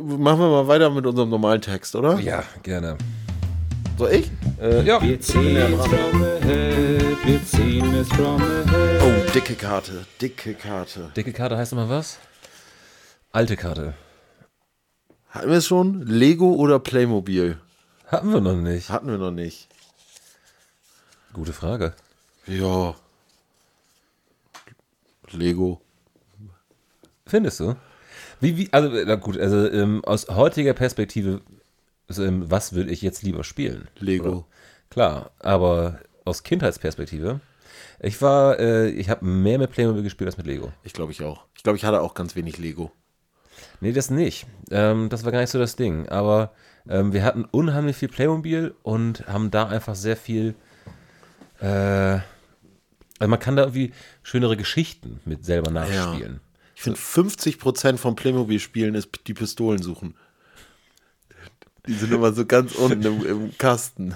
machen wir mal weiter mit unserem normalen Text, oder?
Ja, gerne.
Soll ich?
Äh, ja.
Wir ziehen es from ahead, wir ziehen es from ahead.
Oh, dicke Karte, dicke Karte.
Dicke Karte heißt immer was? Alte Karte.
Hatten wir es schon? Lego oder Playmobil?
Hatten wir noch nicht.
Hatten wir noch nicht.
Gute Frage.
Ja. Lego.
Findest du? Wie, wie, also, na gut, also ähm, aus heutiger Perspektive, also, ähm, was würde ich jetzt lieber spielen?
Lego.
Klar, aber aus Kindheitsperspektive, ich war, äh, ich habe mehr mit Playmobil gespielt als mit Lego.
Ich glaube, ich auch. Ich glaube, ich hatte auch ganz wenig Lego.
Nee, das nicht. Ähm, das war gar nicht so das Ding. Aber ähm, wir hatten unheimlich viel Playmobil und haben da einfach sehr viel. Äh, also man kann da irgendwie schönere Geschichten mit selber nachspielen.
Ich finde, 50% von Playmobil-Spielen ist p- die Pistolen suchen. Die sind immer so ganz unten im, im Kasten.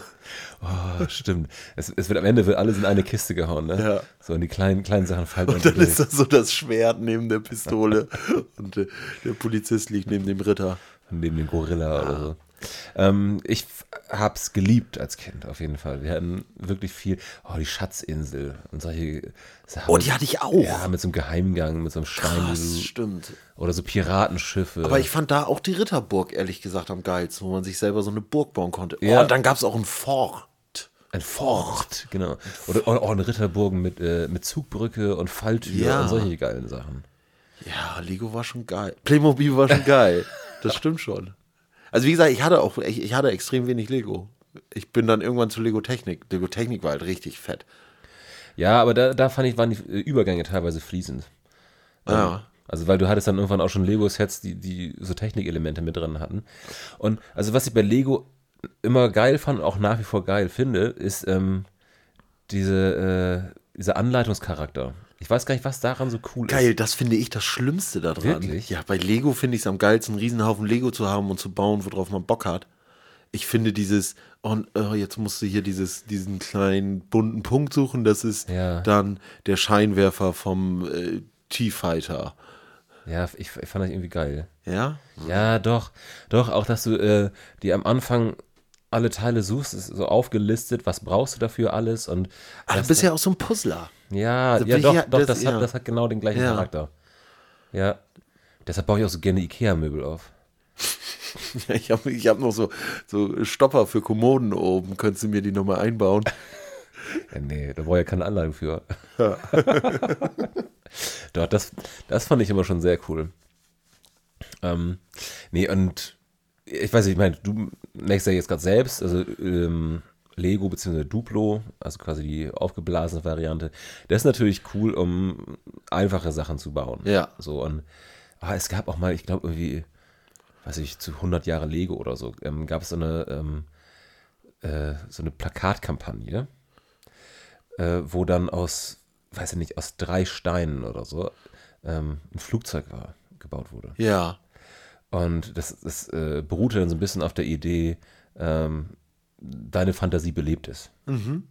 Oh, stimmt. Es, es wird am Ende wird alles in eine Kiste gehauen, ne?
Ja.
So, und die kleinen, kleinen Sachen fallen
Und dann ist da so das Schwert neben der Pistole. Und äh, der Polizist liegt neben dem Ritter.
neben dem Gorilla oder so. Ähm, ich f- hab's geliebt als Kind, auf jeden Fall. Wir hatten wirklich viel. Oh, die Schatzinsel und solche Sachen.
Oh, die hatte ich auch.
Ja, mit so einem Geheimgang, mit so einem Schrein. wo
Krass,
du-
stimmt.
Oder so Piratenschiffe.
Aber ich fand da auch die Ritterburg, ehrlich gesagt, am geilsten, wo man sich selber so eine Burg bauen konnte.
Ja.
Ja. Oh, und dann gab es auch ein Fort.
ein Fort, genau. Oder auch eine Ritterburgen mit, äh, mit Zugbrücke und Falltür
Ja.
und solche geilen Sachen.
Ja, Lego war schon geil. Playmobil war schon geil. Das stimmt schon. Also wie gesagt, ich hatte auch, ich, ich hatte extrem wenig Lego. Ich bin dann irgendwann zu Lego Technik. Lego Technik war halt richtig fett.
Ja, aber da, da fand ich, waren die äh, Übergänge teilweise fließend.
Ja.
Also, weil du hattest dann irgendwann auch schon Lego-Sets, die, die so Technikelemente mit drin hatten. Und also, was ich bei Lego immer geil fand und auch nach wie vor geil finde, ist ähm, diese, äh, dieser Anleitungscharakter. Ich weiß gar nicht, was daran so cool
Geil, das finde ich das Schlimmste daran.
Wirklich?
Ja, bei Lego finde ich es am geilsten, einen Riesenhaufen Lego zu haben und zu bauen, worauf man Bock hat. Ich finde dieses, und äh, jetzt musst du hier dieses, diesen kleinen bunten Punkt suchen, das ist
Ja.
dann der Scheinwerfer vom äh, T-Fighter.
ist. Ja, ich, ich fand das irgendwie geil.
Ja?
Ja, doch. Doch, auch dass du äh, die am Anfang alle Teile suchst, ist so aufgelistet, was brauchst du dafür alles und
Ah, du
das-
bist ja auch so ein Puzzler.
ja,
Da
ja,
bin
doch,
ich ja-
doch, das,
Also, das- ja.
hat, das hat genau den gleichen
Ja.
Charakter. Ja. Deshalb baue ich auch so gerne Ikea-Möbel auf.
Ja, ich habe ich hab noch so, so Stopper für Kommoden oben. Könntest du mir die nochmal einbauen?
Ja, nee, da brauche ich ja keine Anlage für. Doch, das, das fand ich immer schon sehr cool. Ähm, nee, und ich weiß nicht, ich meine, du merkst ja jetzt gerade selbst, also ähm, Lego bzw. Duplo, also quasi die aufgeblasene Variante, das ist natürlich cool, um einfache Sachen zu bauen.
Ja.
So, und ah, es gab auch mal, ich glaube, irgendwie, weiß ich, zu 100 Jahre Lego oder so, ähm, gab es so eine, ähm, äh, so eine Plakatkampagne, äh, wo dann aus, weiß ich nicht, aus drei Steinen oder so ähm, ein Flugzeug war, gebaut wurde.
ja.
Und das, das äh, beruhte dann so ein bisschen auf der Idee, ähm, deine Fantasie belebt ist.
Mhm.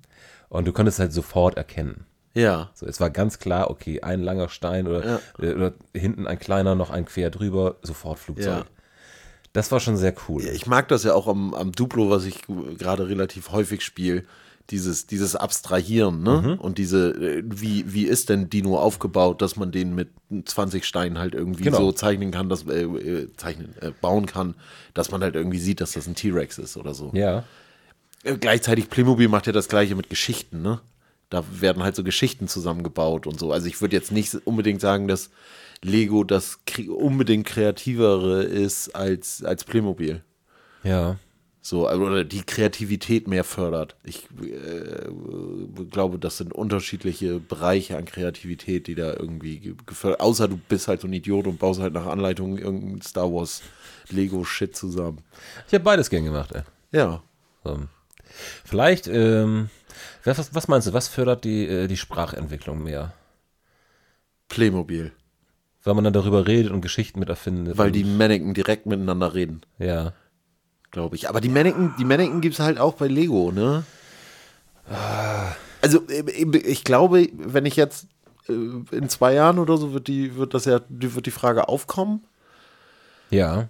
Und du konntest halt sofort erkennen.
Ja.
So, es war ganz klar, okay, ein langer Stein oder, äh, oder hinten ein kleiner, noch ein quer drüber, sofort Flugzeug.
Ja.
Das war schon sehr cool.
Ich mag das ja auch am, am Duplo, was ich gerade relativ häufig spiele. Dieses, dieses Abstrahieren, ne? Und diese, äh, wie, wie ist denn Dino aufgebaut, dass man den mit 20 Steinen halt irgendwie
Genau.
so zeichnen kann, dass, äh, äh, zeichnen, äh, bauen kann, dass man halt irgendwie sieht, dass das ein T-Rex ist oder so.
ja.
Äh, Gleichzeitig Playmobil macht ja das gleiche mit Geschichten, ne? Da werden halt so Geschichten zusammengebaut und so. Also ich würde jetzt nicht unbedingt sagen, dass Lego das kre- unbedingt kreativere ist als, als Playmobil.
Ja.
So, also, oder die Kreativität mehr fördert. Ich äh, glaube, das sind unterschiedliche Bereiche an Kreativität, die da irgendwie ge- gefördert. Außer du bist halt so ein Idiot und baust halt nach Anleitung irgendeinen Star Wars Lego-Shit zusammen.
Ich habe beides gern gemacht, ey.
Ja.
So. Vielleicht, ähm, was, was- was meinst du, was fördert die, äh, die Sprachentwicklung mehr?
Playmobil.
Weil man dann darüber redet und Geschichten mit erfindet.
Weil
und-
die Mannequin direkt miteinander reden,
Ja.
glaube ich. Aber die Mannequin, die Mannequin gibt es halt auch bei Lego, ne? Also äh, ich glaube, wenn ich jetzt äh, in zwei Jahren oder so wird die, wird das ja, die- wird die Frage aufkommen. Ah,
Ja.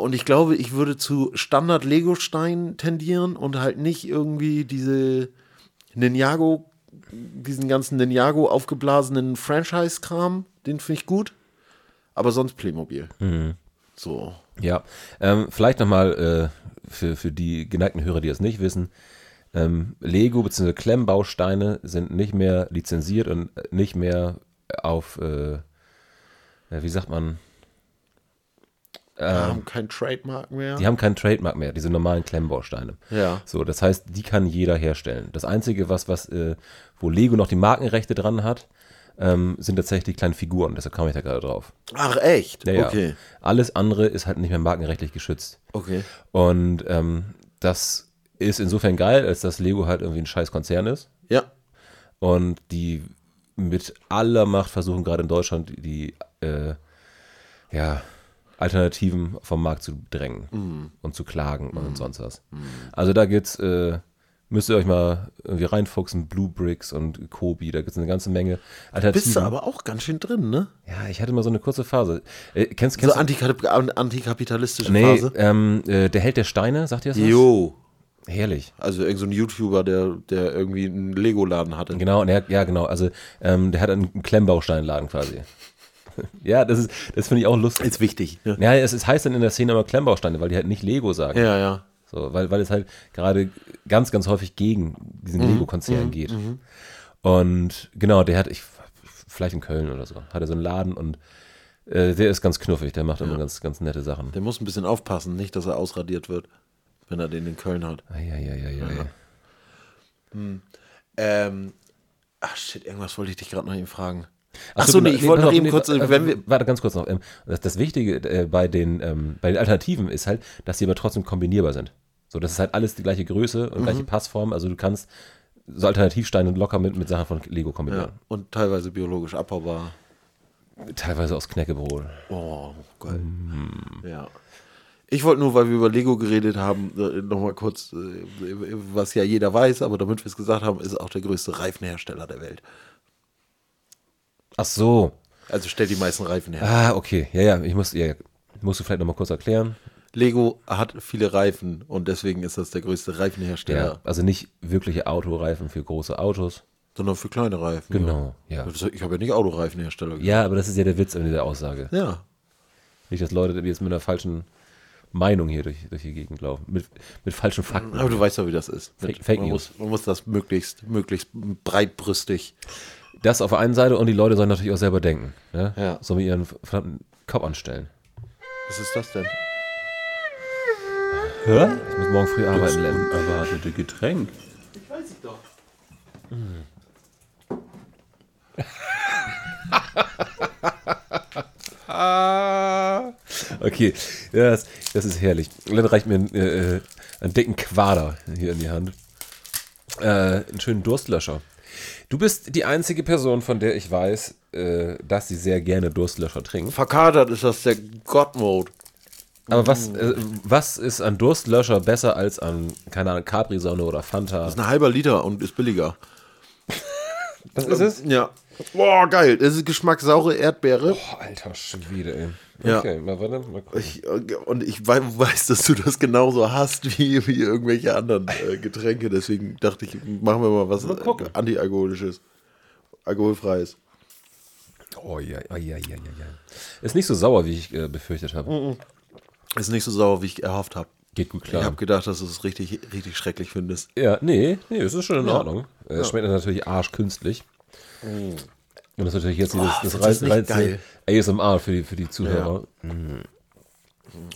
Und ich glaube, ich würde zu Standard-Lego-Stein tendieren und halt nicht irgendwie diese Ninjago, diesen ganzen Ninjago aufgeblasenen Franchise-Kram, den finde ich gut. Aber sonst Playmobil.
Mhm.
So.
Ja, ähm, vielleicht nochmal äh, für, für die geneigten Hörer, die das nicht wissen. Ähm, Lego bzw. Klemmbausteine sind nicht mehr lizenziert und nicht mehr auf, äh, ja, wie sagt man,
Wir haben kein Trademark mehr.
Ähm. die haben keinen Trademark mehr, diese normalen Klemmbausteine.
Ja.
So, das heißt, die kann jeder herstellen. Das Einzige, was, was äh, wo Lego noch die Markenrechte dran hat, ähm, sind tatsächlich kleine Figuren. Deshalb kam ich da gerade drauf.
Ach, echt?
Ja, ja.
Okay.
Alles andere ist halt nicht mehr markenrechtlich geschützt.
Okay.
Und ähm, das ist insofern geil, als dass Lego halt irgendwie ein scheiß Konzern ist
Ja.
und die mit aller Macht versuchen, gerade in Deutschland die äh, ja, Alternativen vom Markt zu drängen
Mhm.
und zu klagen und sonst was. Also da gibt's, äh, müsst ihr euch mal irgendwie reinfuchsen, Blue Bricks und Kobi, da gibt's eine ganze Menge Alternativen.
Bist du aber auch ganz schön drin, ne?
ja, ich hatte mal so eine kurze Phase. Äh, kennst
So
kennst du
antikap an- antikapitalistische
nee,
Phase.
ähm, äh, der Held der Steine, sagt ihr das? was?
Jo.
Herrlich.
Also irgend so ein YouTuber, der, der irgendwie einen Lego-Laden hatte.
Genau, und er, ja, genau. Also, ähm, der hat einen Klemmbausteinladen quasi. ja, das ist, das finde ich auch lustig.
Ist wichtig. Ne?
ja, es ist, heißt dann in der Szene immer Klemmbausteine, weil die halt nicht Lego sagen.
Ja, ja.
So, weil, weil es halt gerade ganz, ganz häufig gegen diesen
Mhm.
Lego-Konzern geht. Und genau, der hat, ich, vielleicht in Köln oder so, hat er so einen Laden und äh, der ist ganz knuffig, der macht immer ganz, ganz nette Sachen.
Der muss ein bisschen aufpassen, nicht, dass er ausradiert wird, wenn er den in Köln hat.
Ei, ei, ei, ei, ei.
Ähm, ach shit, irgendwas wollte ich dich gerade noch eben fragen.
Ach
Ach
so,
so, nee,
genau.
ich wollte
pass
noch
auf,
eben
nee,
kurz, äh,
warte,
wenn wir,
Warte, ganz kurz noch. Ähm, Das, das Wichtige äh, bei, den, ähm, bei den Alternativen ist halt,
Mhm.
dass sie aber trotzdem kombinierbar sind. So, das ist halt alles die gleiche Größe und gleiche Passform. Also du kannst so Alternativsteine locker mit, mit Sachen von Lego kombinieren.
Ja. Und teilweise biologisch abbaubar.
Teilweise aus Knäckebrot.
Oh, geil.
Mhm.
Ja. Ich wollte nur, weil wir über Lego geredet haben, nochmal kurz, äh, was ja jeder weiß, aber damit wir es gesagt haben, ist auch der größte Reifenhersteller der Welt.
Ach so.
Also stellt die meisten Reifen her.
Ah, okay. Ja, ja, ich muss, ja, musst du vielleicht nochmal kurz erklären.
Lego hat viele Reifen und deswegen ist das der größte
Ja.
Reifenhersteller,
Also nicht wirkliche Autoreifen für große Autos.
sondern für kleine Reifen.
Genau, ja.
Ja. Das- Ich habe ja nicht Autoreifenhersteller gesagt.
Ja, aber das ist ja der Witz an dieser Aussage.
Ja.
Nicht, dass Leute jetzt mit einer falschen Meinung hier durch, durch die Gegend laufen. Mit, mit falschen Fakten.
Aber du weißt ja, wie das ist.
Fake- Fake
man
News.
Muss, man muss das möglichst, möglichst breitbrüstig.
Das auf der einen Seite und die Leute sollen natürlich auch selber denken. Ne?
Ja.
Sollen wir ihren verdammten Kopf anstellen.
Was ist das denn?
Ich muss morgen früh arbeiten lernen.
unerwartete Getränk.
Okay, ja, das, das ist herrlich. Dann reicht mir einen, äh, äh, einen dicken Quader hier in die Hand. Äh, einen schönen Durstlöscher. Du bist die einzige Person, von der ich weiß, äh, dass sie sehr gerne Durstlöscher trinkt.
Verkadert ist das der God-Mode.
Aber was, äh, was ist an Durstlöscher besser als an, keine Ahnung, Capri-Sonne oder Fanta?
Ist ein halber Liter und ist billiger.
Das ist es?
Ja. Boah, geil. Das ist Geschmack saure Erdbeere.
Boah, Oh, alter Schwede, ey.
Ja.
Okay, mal warte, mal gucken.
Ich, äh, und ich wei- weiß, dass du das genauso hast wie, wie irgendwelche anderen äh, Getränke. Deswegen dachte ich, machen wir mal was äh, antialkoholisches. Alkoholfreies.
Oh ja, oh ja, ja, ja, ja. Ist nicht so sauer, wie ich äh, befürchtet habe.
Ist nicht so sauer, wie ich erhofft habe.
Geht gut
Ich
klar.
habe gedacht, dass du es richtig, richtig schrecklich findest.
Ja, nee, nee, es ist schon in Ordnung. Äh, Es schmeckt natürlich arschkünstlich. Und das ist natürlich jetzt dieses, das äh,
das
reizt
ist nicht
reizt
geil.
ASMR für die, für die Zuhörer.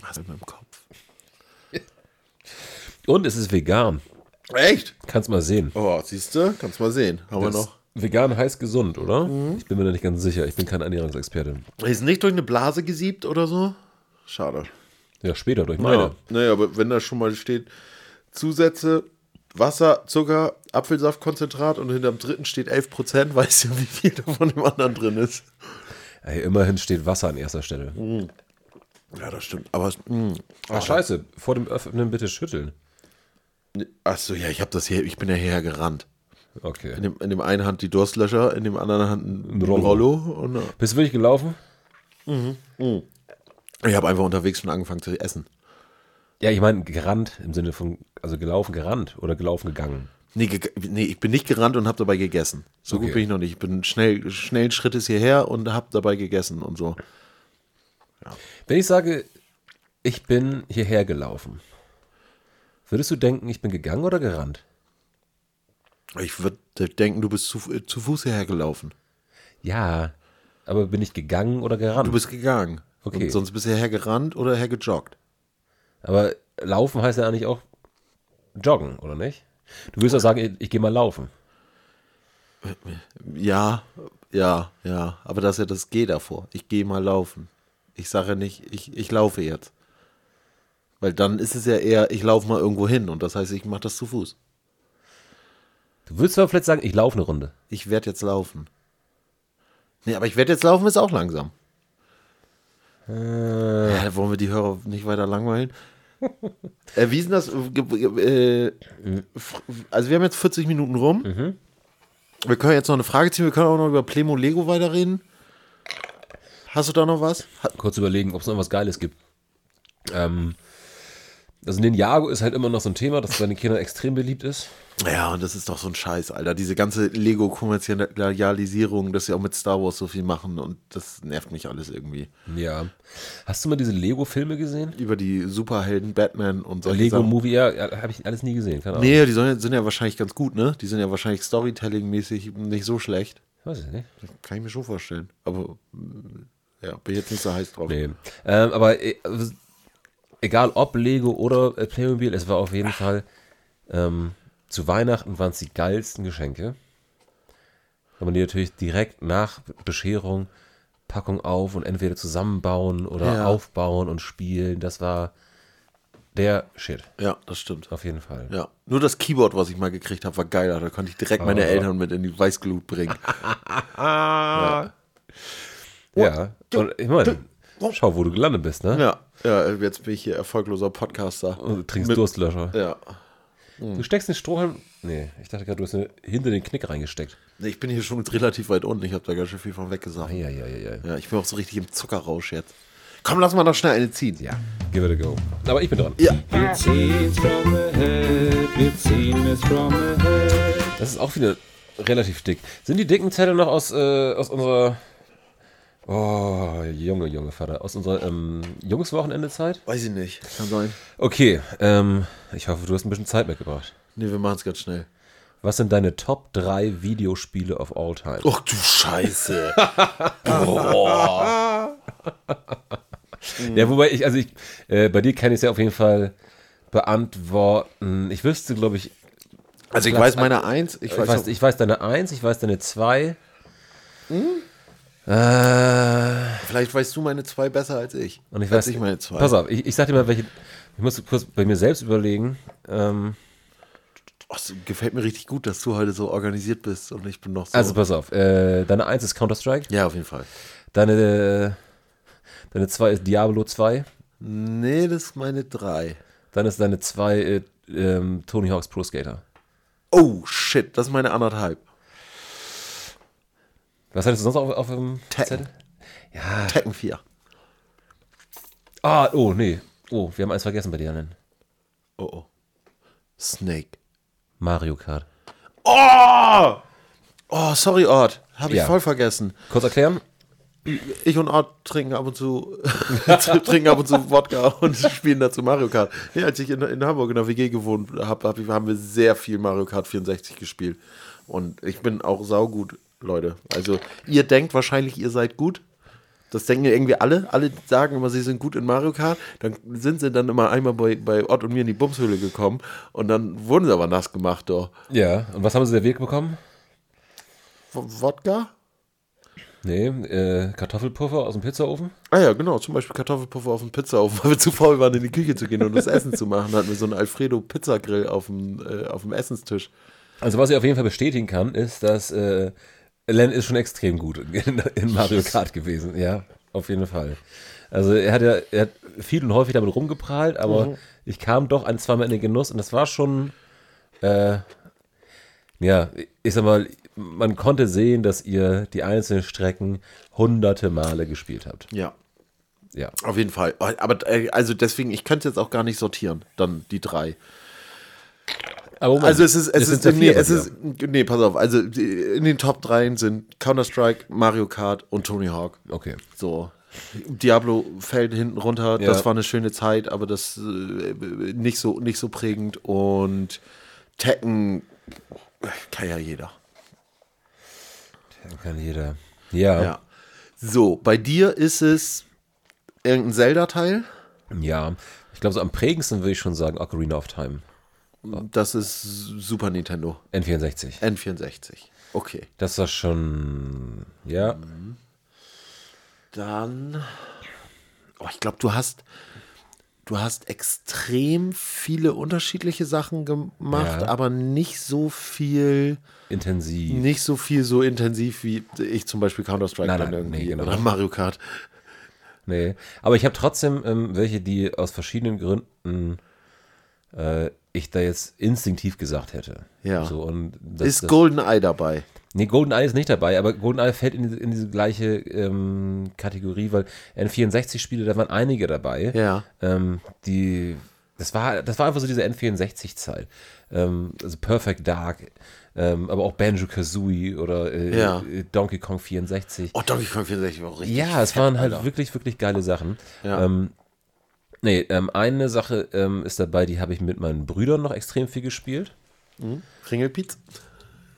Hast du mit meinem Kopf.
Und es ist vegan.
Echt?
Kannst mal sehen.
Oh, siehst du? Kannst mal sehen. Haben wir
Das
noch.
Vegan heißt gesund, oder? Ich bin mir da nicht ganz sicher. Ich bin kein Ernährungsexperte.
Ist nicht durch eine Blase gesiebt oder so? Schade.
Ja, später durch meine.
Ja, naja, aber wenn da schon mal steht, Zusätze, Wasser, Zucker, Apfelsaftkonzentrat und hinterm dritten steht 11%, weißt du, wie viel davon im anderen drin ist.
Ey, immerhin steht Wasser an erster Stelle.
Ja, das stimmt. Aber, hm, mh.
Ach, scheiße. Vor dem Öffnen bitte schütteln.
achso, ja, ich habe das hier, ich bin ja hierher gerannt. In
Okay.
dem, in dem einen Hand die Durstlöscher, in dem anderen Hand ein
Ein Rollo.
Rollo. Und, äh,
Bist du wirklich gelaufen?
ich habe einfach unterwegs schon angefangen zu essen.
Ja, ich meine, gerannt im Sinne von, also gelaufen, gerannt oder gelaufen gegangen.
Nee, ge- nee, ich bin nicht gerannt und habe dabei gegessen. So
Okay.
gut bin ich noch nicht. Ich bin schnell, schnellen Schrittes hierher und habe dabei gegessen und so.
Wenn ich sage, ich bin hierher gelaufen, würdest du denken, ich bin gegangen oder gerannt?
Ich würde denken, du bist zu, äh, zu Fuß hierher gelaufen.
Ja, aber bin ich gegangen oder gerannt?
Du bist gegangen.
Okay.
Und sonst bist du hergerannt oder hergejoggt.
aber laufen heißt ja eigentlich auch joggen, oder nicht? Du würdest ja sagen, ich, ich gehe mal laufen.
Ja, ja, ja. Aber das ist ja das Geh davor. Ich gehe mal laufen. Ich sage nicht, ich, ich laufe jetzt. Weil dann ist es ja eher, ich laufe mal irgendwo hin und das heißt, ich mache das zu Fuß.
Du würdest aber vielleicht sagen, ich laufe eine Runde.
Ich werde jetzt laufen. Nee, aber ich werde jetzt laufen ist auch langsam. Ja, wollen wir die Hörer nicht weiter langweilen? äh, wie ist denn das? äh, ge- ge- Äh, fr- also wir haben jetzt 40 Minuten rum. Wir können jetzt noch eine Frage ziehen. Wir können auch noch über Plemo Lego weiterreden. Hast du da noch was? Ha-
Kurz überlegen, ob es noch was Geiles gibt. Ähm, also Ninjago ist halt immer noch so ein Thema, das bei den Kindern extrem beliebt ist.
Ja, und das ist doch so ein Scheiß, Alter. Diese ganze Lego-Kommerzialisierung, dass sie auch mit Star Wars so viel machen und das nervt mich alles irgendwie.
Ja. Hast du mal diese Lego-Filme gesehen?
über die Superhelden, Batman und solche
Lego
Sachen.
Movie, ja, habe ich alles nie gesehen. Keine Ahnung.
Nee, die sollen- sind ja wahrscheinlich ganz gut, ne? Die sind ja wahrscheinlich Storytelling-mäßig nicht so schlecht.
Weiß ich nicht.
Kann ich mir schon vorstellen. Aber mm, ja, bin jetzt nicht so heiß drauf.
Nee. Ähm, aber e- also, egal ob Lego oder äh, Playmobil, es war auf
Ah.
jeden Fall ähm, zu Weihnachten waren es die geilsten Geschenke. Wenn man die natürlich direkt nach Bescherung Packung auf und entweder zusammenbauen oder
Ja.
aufbauen und spielen, das war der Shit.
Ja, das stimmt.
Auf jeden Fall.
Ja. Nur das Keyboard, was ich mal gekriegt habe, war geil. Da konnte ich direkt
Ah.
meine Eltern mit in die Weißglut bringen.
Ja. Und ich meine, schau, wo du gelandet bist, ne?
ja. ja, jetzt bin ich hier erfolgloser Podcaster.
Und du trinkst
Mit-
Durstlöscher.
Ja.
Du steckst den Strohhalm. Nee, ich dachte gerade, du hast ihn hinter den Knick reingesteckt.
Nee, Ich bin hier schon relativ weit unten. Ich habe da ganz schön viel von weggesagt.
Ja, ja, ja, ja.
Ja, ich bin auch so richtig im Zuckerrausch jetzt. Komm, lass mal noch schnell eine ziehen.
Ja, give it a go. Aber ich bin dran.
Ja.
Wir ziehen's from the head, wir ziehen es from the head.
Das ist auch wieder relativ dick. Sind die dicken Zettel noch aus, äh, aus unserer. Oh, Junge, Junge, Vater. Aus unserer ähm, Jungswochenendezeit?
Weiß ich nicht. Kann sein.
Okay, ähm, ich hoffe, du hast ein bisschen Zeit mitgebracht.
Nee, wir machen es ganz schnell.
Was sind deine Top 3 Videospiele of all time?
Och du Scheiße.
Ja, wobei ich, also ich, äh, bei dir kann ich es ja auf jeden Fall beantworten. Ich wüsste, glaube ich,
Also ich
Platz
weiß meine Eins. Ich
ich
weiß,
weiß,
auch-
ich weiß deine 1, ich weiß deine 2.
Hm?
Äh,
Vielleicht weißt du meine zwei besser als ich.
und ich
als
weiß
ich meine zwei.
Pass auf, ich, ich sag dir mal, welche. Ich muss kurz bei mir selbst überlegen. Ähm,
Oh, es gefällt mir richtig gut, dass du heute so organisiert bist und ich bin noch so.
Also pass auf, äh, deine 1 ist Counter-Strike,
ja, auf jeden Fall.
deine, deine 2 ist Diablo 2,
Nee, das ist meine drei.
dann ist deine 2 äh, ähm, Tony Hawks Pro Skater.
Oh shit, das ist meine anderthalb.
Was hattest du sonst auf, auf dem
Tekken.
Zettel? Ja,
Tekken 4.
Ah, oh, nee. Oh, wir haben eins vergessen bei dir, Alan.
Oh oh. Snake.
Mario Kart.
Oh! Oh, sorry, Ort. Habe ich
Ja.
voll vergessen.
Kurz erklären?
Ich und Ort trinken ab und zu trinken ab und zu Wodka und spielen dazu Mario Kart. Ja, als ich in, in Hamburg in der WG gewohnt habe, hab, ich- haben wir sehr viel Mario Kart 64 gespielt. Und ich bin auch saugut, Leute. Also, ihr denkt wahrscheinlich, ihr seid gut. Das denken irgendwie alle. Alle sagen immer, sie sind gut in Mario Kart. Dann sind sie dann immer einmal bei, bei Ott und mir in die Bumshöhle gekommen. Und dann wurden sie aber nass gemacht, doch.
Ja, und was haben sie serviert bekommen?
W- Wodka?
Nee, äh, Kartoffelpuffer aus dem Pizzaofen.
Ah ja, genau, zum Beispiel Kartoffelpuffer auf dem Pizzaofen, weil wir zu faul waren, in die Küche zu gehen und das Essen zu machen, hatten wir so einen Alfredo-Pizzagrill auf dem, äh, auf dem Essenstisch.
Also was ich auf jeden Fall bestätigen kann, ist, dass äh, Len ist schon extrem gut in, in Mario Kart gewesen. Ja, auf jeden Fall. Also er hat ja er hat viel und häufig damit rumgeprahlt, aber ich kam doch ein, zweimal in den Genuss und das war schon, äh, ja, ich sag mal, man konnte sehen, dass ihr die einzelnen Strecken hunderte Male gespielt habt.
Ja,
Ja.
auf jeden Fall. Aber äh, also deswegen, ich könnte jetzt auch gar nicht sortieren, dann die drei.
Aber Moment,
Also es ist, es ist,
sind ja
nee,
vier bei
es
dir.
ist, nee, pass auf, also die- in den Top 3 sind Counter-Strike, Mario Kart und Tony Hawk.
Okay.
So. Diablo fällt hinten runter,
Ja.
das war eine schöne Zeit, aber das äh, nicht, so, nicht so prägend. Und Tekken kann ja jeder.
Kann jeder. Ja.
Ja. So, bei dir ist es irgendein Zelda-Teil.
Ja. Ich glaube, so am prägendsten würde ich schon sagen Ocarina of Time.
Das ist Super Nintendo.
N64.
N64. Okay.
Das war schon. Ja.
Dann. Oh, ich glaube, du hast. Du hast extrem viele unterschiedliche Sachen gemacht,
Ja.
aber nicht so viel,
Intensiv.
nicht so viel so intensiv wie ich zum Beispiel Counter-Strike
Nein,
dann
nein,
irgendwie
nee, genau.
oder Mario Kart.
Nee. Aber ich habe trotzdem ähm, welche, die aus verschiedenen Gründen äh, ich da jetzt instinktiv gesagt hätte.
Ja.
So, und das,
ist
das,
GoldenEye dabei?
Nee, GoldenEye ist nicht dabei, aber GoldenEye fällt in diese, in diese gleiche ähm, Kategorie, weil N64-Spiele, da waren einige dabei.
Ja.
Ähm, die, das war, das war einfach so diese N64-Zeit. Ähm, also Perfect Dark, ähm, aber auch Banjo Kazooie oder äh,
Ja.
äh, Donkey Kong 64.
Oh, Donkey Kong 64 war auch richtig.
ja, es
fett,
waren halt
Alter.
wirklich, wirklich geile Sachen.
Ja.
Ähm, nee, ähm, eine Sache ähm, ist dabei, die habe ich mit meinen Brüdern noch extrem viel gespielt.
Ringelpiez?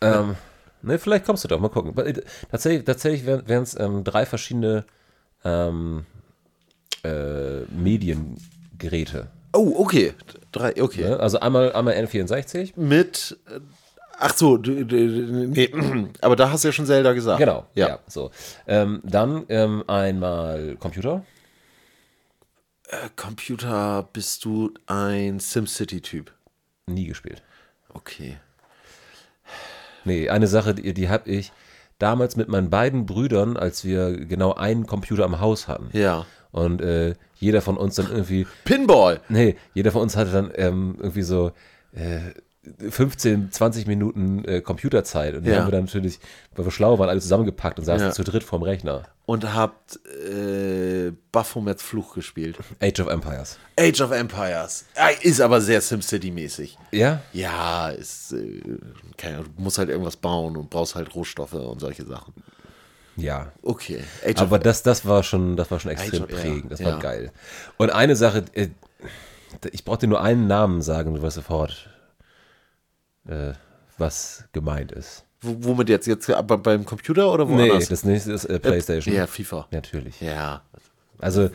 Ähm, ne, vielleicht kommst du drauf, mal gucken. Aber, äh, Tatsächlich, tatsächlich wären es ähm, drei verschiedene ähm, äh, Mediengeräte.
Oh, okay. Drei, okay.
Ne? Also einmal, einmal N64.
mit. äh, Ach so, du- du- nee, aber da hast du ja schon Zelda gesagt.
Genau, ja.
Ja.
so. Ähm, dann ähm, einmal Computer.
äh, Computer bist du ein SimCity-Typ.
Nie gespielt.
Okay.
Nee, eine Sache, die, die habe ich damals mit meinen beiden Brüdern, als wir genau einen Computer am Haus hatten.
Ja.
Und äh, jeder von uns dann irgendwie,
Pinball.
nee, jeder von uns hatte dann ähm, irgendwie so äh, 15, 20 Minuten äh, Computerzeit. Und die
Ja.
haben wir dann natürlich, weil wir schlau waren, alle zusammengepackt und saßen
Ja.
zu dritt vorm Rechner.
Und habt äh, Baphomets Fluch gespielt.
Age of Empires.
Age of Empires. Ah, Ist aber sehr SimCity-mäßig.
Ja?
Ja, ist, äh, keine Ahnung, du musst halt irgendwas bauen und brauchst halt Rohstoffe und solche Sachen.
Ja.
Okay. Age
Aber
of
das, das war schon, das war schon extrem
schon, ja,
prägend. Das war
ja.
geil. Und eine Sache, äh, ich brauchte nur einen Namen sagen, du weißt sofort, äh, was gemeint ist.
W- Womit jetzt? Jetzt aber beim Computer oder
Nee,
woanders?
das nächste ist äh, PlayStation.
ja, FIFA.
Natürlich.
Ja.
Also,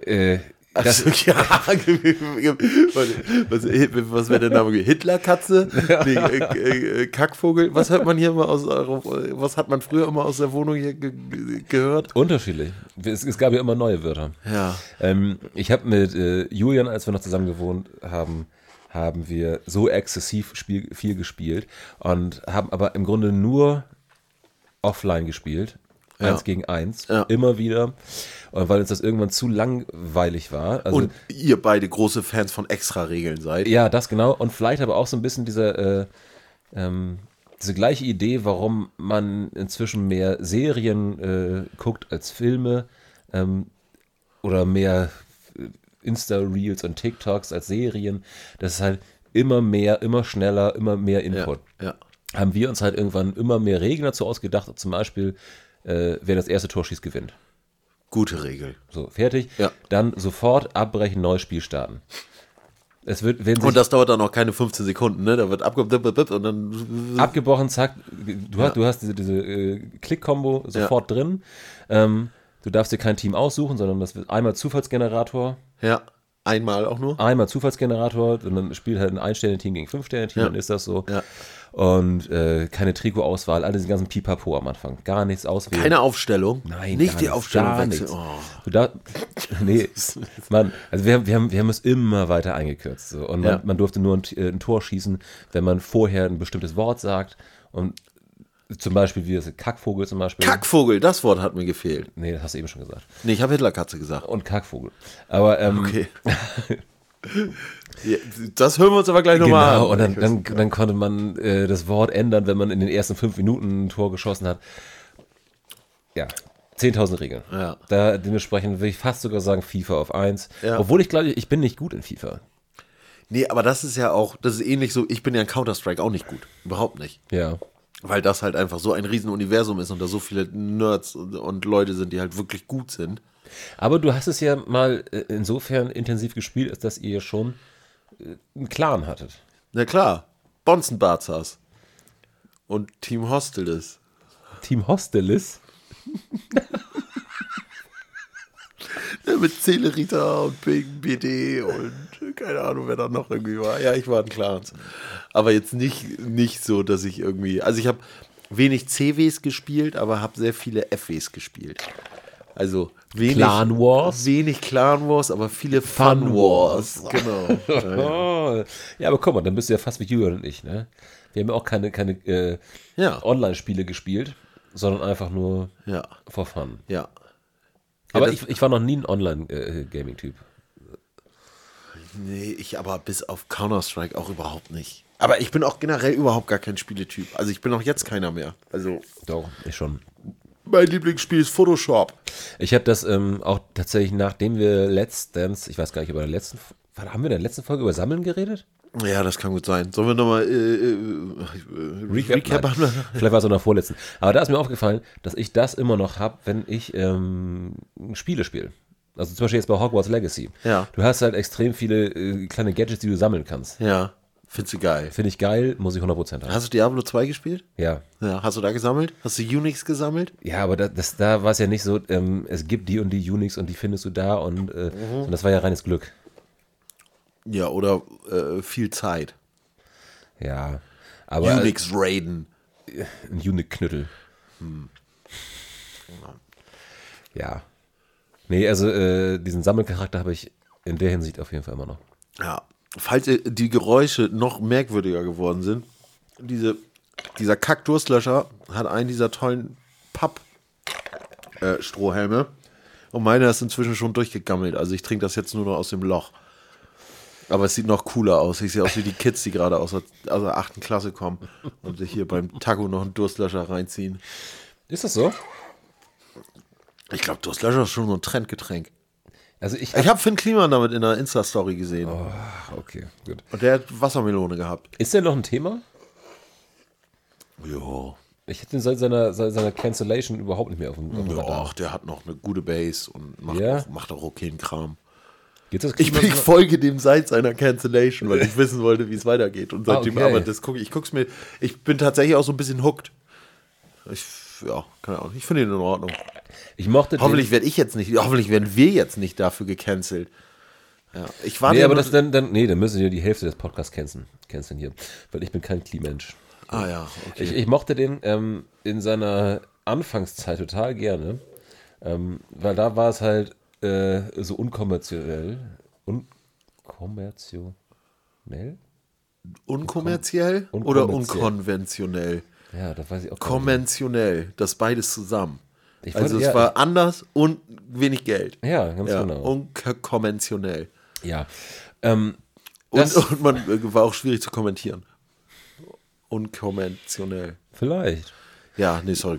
äh, das,
Also, ja. Warte, was was wäre der Name? Hitlerkatze? Nee, äh, äh, Kackvogel? Was hört man hier immer aus eurer, was hat man früher immer aus der Wohnung hier ge ge gehört?
unterschiedlich. Es, es gab ja immer neue Wörter.
Ja.
Ähm, ich habe mit äh, Julian, als wir noch zusammen gewohnt haben, haben wir so exzessiv spiel, viel gespielt und haben aber im Grunde nur offline gespielt.
Ja.
Eins gegen eins,
Ja.
immer wieder. Und weil uns das irgendwann zu langweilig war. Also,
Und ihr beide große Fans von Extra-Regeln seid.
ja, das genau. Und vielleicht aber auch so ein bisschen dieser, äh, ähm, diese gleiche Idee, warum man inzwischen mehr Serien äh, guckt als Filme ähm, oder mehr äh, Insta-Reels und TikToks als Serien. Das ist halt immer mehr, immer schneller, immer
ja.
mehr Input
ja.
haben wir uns halt irgendwann immer mehr Regeln dazu ausgedacht. Zum Beispiel, äh, wer das erste Tor schießt, gewinnt.
Gute Regel.
So, fertig.
Ja.
Dann sofort abbrechen, neues Spiel starten. Es wird, wenn sich
Und das dauert dann noch keine 15 Sekunden, ne? Da wird abge bip, bip, bip und dann.
abgebrochen, zack, du, hast, du hast diese, diese äh, Klick-Kombo sofort drin. Ähm, du darfst dir kein Team aussuchen, sondern das wird einmal Zufallsgenerator,
Ja. Einmal auch nur.
einmal Zufallsgenerator und dann spielt halt ein Ein-Sterne-Team gegen Fünf-Sterne-Team,
Ja.
dann ist das so.
Ja.
Und äh, keine Trikotauswahl, all diesen ganzen Pipapo am Anfang. Gar nichts auswählen.
Keine Aufstellung.
Nein,
Nicht
gar
die
nichts,
Aufstellung
gar
wechseln.
nichts.
Oh.
Du da, nee, Mann, also wir, haben- wir, haben, wir haben es immer weiter eingekürzt. So. Und man,
Ja.
man durfte nur ein, T- äh, ein Tor schießen, wenn man vorher ein bestimmtes Wort sagt. Und zum Beispiel, wie das Kackvogel zum Beispiel.
Kackvogel, das Wort hat mir gefehlt.
Nee, das hast du eben schon gesagt.
Nee, ich habe Hitlerkatze gesagt.
Und Kackvogel. Aber ähm,
Okay. ja, das hören wir uns aber gleich nochmal
genau,
an.
und dann, dann, dann konnte man äh, das Wort ändern, wenn man in den ersten fünf Minuten ein Tor geschossen hat. Ja, 10.000 Regeln.
Ja.
Da, dementsprechend würde ich fast sogar sagen FIFA auf 1.
Ja.
Obwohl ich glaube, ich bin nicht gut in FIFA.
nee, aber das ist ja auch, das ist ähnlich so, ich bin ja in Counter-Strike auch nicht gut. Überhaupt nicht.
Ja.
Weil das halt einfach so ein Riesenuniversum ist und da so viele Nerds und, und Leute sind, die halt wirklich gut sind.
Aber du hast es ja mal äh, insofern intensiv gespielt, als dass ihr schon äh, einen Clan hattet.
Na klar, Bonzenbarzers und Team Hostilis.
Team Hostelis?
Ja, mit Celerita und Ping BD und keine Ahnung, wer da noch irgendwie war. Ja, ich war in Clans. Aber jetzt nicht, nicht so, dass ich irgendwie. Also ich habe wenig CWs gespielt, aber habe sehr viele FWs gespielt. Also wenig
Clan Wars?
Wenig Clan Wars, aber viele Fun,
Fun
Wars. Genau. Ja, ja.
Oh. Ja, aber guck mal, dann bist du ja fast wie Julian und ich, ne? Wir haben ja auch keine, keine äh,
Ja.
Online-Spiele gespielt, sondern einfach nur
ja.
for fun.
ja.
aber
das-
ich, ich war noch nie ein Online-Gaming-Typ.
Nee, ich aber bis auf Counter-Strike auch überhaupt nicht. Aber ich bin auch generell überhaupt gar kein Spieletyp. Also ich bin auch jetzt keiner mehr. Also
Doch, ich schon.
mein Lieblingsspiel ist Photoshop.
Ich habe das ähm, auch tatsächlich, nachdem wir letztens, ich weiß gar nicht, über der letzten, wann haben wir in der letzten Folge über Sammeln geredet?
Ja, das kann gut sein. Sollen wir nochmal äh, äh, Recap, Recap
Nein.
haben?
Vielleicht war es auch noch vorletzten. Aber da ist mir aufgefallen, dass ich das immer noch habe, wenn ich ähm, Spiele spiele. Also zum Beispiel jetzt bei Hogwarts Legacy.
Ja.
Du hast halt extrem viele äh, kleine Gadgets, die du sammeln kannst.
Ja, findest du geil.
Finde ich geil, muss ich 100% haben.
Hast du Diablo 2 gespielt?
Ja.
Ja, hast du da gesammelt? Hast du Unix gesammelt?
Ja, aber das, das, da war es ja nicht so, ähm, es gibt die und die Unix und die findest du da und, äh,
Mhm.
und das war ja reines Glück.
Ja, oder äh, viel Zeit.
Ja. Aber
Unix raiden.
ein Hm. Unix-Knüttel.
Genau.
Ja. Nee, also äh, diesen Sammelcharakter habe ich in der Hinsicht auf jeden Fall immer noch.
Ja. Falls ihr- die Geräusche noch merkwürdiger geworden sind, diese, dieser Kackdurstlöscher hat einen dieser tollen Papp-Strohhelme. Äh, Strohhalme. und meiner ist inzwischen schon durchgegammelt. Also ich trinke das jetzt nur noch aus dem Loch. Aber es sieht noch cooler aus. Ich sehe aus wie die Kids, die gerade aus der, aus der 8. Klasse kommen und sich hier beim Taco noch einen Durstlöscher reinziehen.
Ist das so?
Ich glaube, Durstlöscher ist schon so ein Trendgetränk.
Also ich.
Ich habe Finn Kliman damit in einer Insta-Story gesehen. Ah,
Ach, okay, gut.
Und der hat Wassermelone gehabt.
Ist der noch ein Thema?
Ja.
Ich hätte ihn seit seiner, seit seiner Cancellation überhaupt nicht mehr auf dem, auf dem
Ja,
Radar.
ach, der hat noch eine gute Base und macht,
Ja?
auch, macht auch okay einen Kram.
Jetzt das
Ich,
Klima-
bin- ich folge dem seit seiner Cancellation, weil ich wissen wollte, wie es weitergeht. Und
Ah,
seitdem
okay.
aber das gucke ich. Ich guck's mir. Ich bin tatsächlich auch so ein bisschen hooked. Ich, ja, keine Ahnung. Ich finde ihn in Ordnung.
ich mochte den-
Hoffentlich werde ich jetzt nicht, hoffentlich werden wir jetzt nicht dafür gecancelt. Ja, ich war
Nee,
ja
aber
nur-
das dann, dann, nee, dann müssen wir die Hälfte des Podcasts canceln, canceln hier. Weil ich bin kein Klimensch.
Ah ja, okay.
Ich, ich mochte den ähm, in seiner Anfangszeit total gerne, ähm, weil da war es halt äh, so unkommerziell. Unkommerziell?
Unkommerziell
Unkon-
oder unkonventionell?
unkonventionell. Ja, da weiß ich auch gar nicht.
Konventionell, das beides zusammen.
Ich
also
wollte-
es
ja,
war anders und wenig Geld.
Ja, ganz
Ja,
genau.
unkonventionell.
ja. Ähm,
Und,
Das-
und man äh, war auch schwierig zu kommentieren. Unkonventionell.
vielleicht.
Ja, nee, sorry.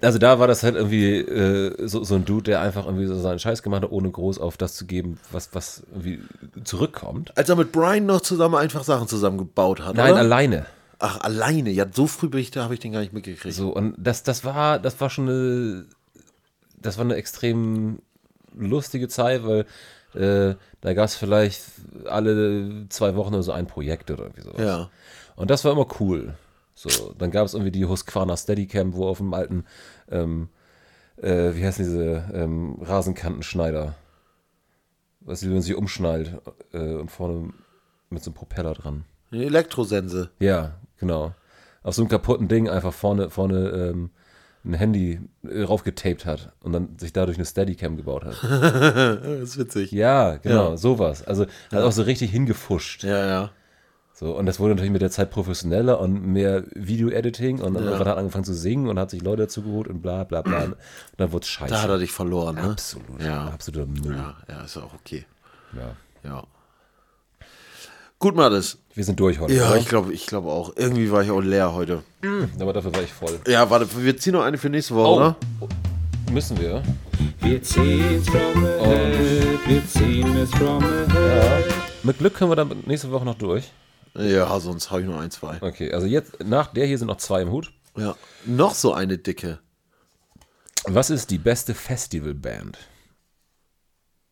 Also da war das halt irgendwie äh, so, so ein Dude, der einfach irgendwie so seinen Scheiß gemacht hat, ohne groß auf das zu geben, was, was irgendwie zurückkommt.
Als er mit Brian noch zusammen einfach Sachen zusammengebaut hat.
Nein,
oder?
alleine.
Ach, alleine. Ja, so früh bin ich, da habe ich den gar nicht mitgekriegt.
So, und das, das war, das war schon eine, das war eine extrem lustige Zeit, weil äh, da gab es vielleicht alle zwei Wochen oder so ein Projekt oder irgendwie sowas.
Ja.
Und das war immer cool. So, dann gab es irgendwie die Husqvarna Steadicam, wo auf dem alten, ähm, äh, wie heißen diese, ähm, Rasenkantenschneider. Weißt du, wie man sie umschnallt äh, und vorne mit so einem Propeller dran.
Eine Elektrosense.
Ja, genau. Auf so einem kaputten Ding einfach vorne, vorne ähm, ein Handy äh, raufgetaped hat und dann sich dadurch eine Steadicam gebaut hat.
Das ist witzig.
Ja, genau, sowas. Also hat auch so richtig hingefuscht.
Ja, ja.
So, und das wurde natürlich mit der Zeit professioneller und mehr Video-Editing und dann irgendwann hat er angefangen zu singen und hat sich Leute dazu geholt und bla bla bla. Und dann wurde es scheiße.
Da hat er dich verloren, ne?
Absolut,
Ja.
absoluter Müll. Ja.
Ja, ja, ist auch okay. Ja. Gut, Mattes.
Wir sind durch heute.
Ja,
oder?
ich glaube ich glaub auch. Irgendwie war ich auch leer heute.
aber dafür war ich voll.
Ja, warte, wir ziehen noch eine für nächste Woche, oder?
Oh. müssen wir.
Wir ziehen's from the head, wir ziehen es from the head.
Mit Glück können wir dann nächste Woche noch durch.
Ja, sonst habe ich nur ein, zwei.
Okay, also jetzt, nach der hier sind noch zwei im Hut.
Ja. Noch so eine dicke.
Was ist die beste Festivalband?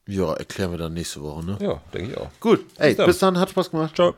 Ja, erklären wir dann nächste Woche, ne?
Ja, denke ich auch.
Gut, ey,
dann.
bis dann, hat Spaß gemacht. Ciao.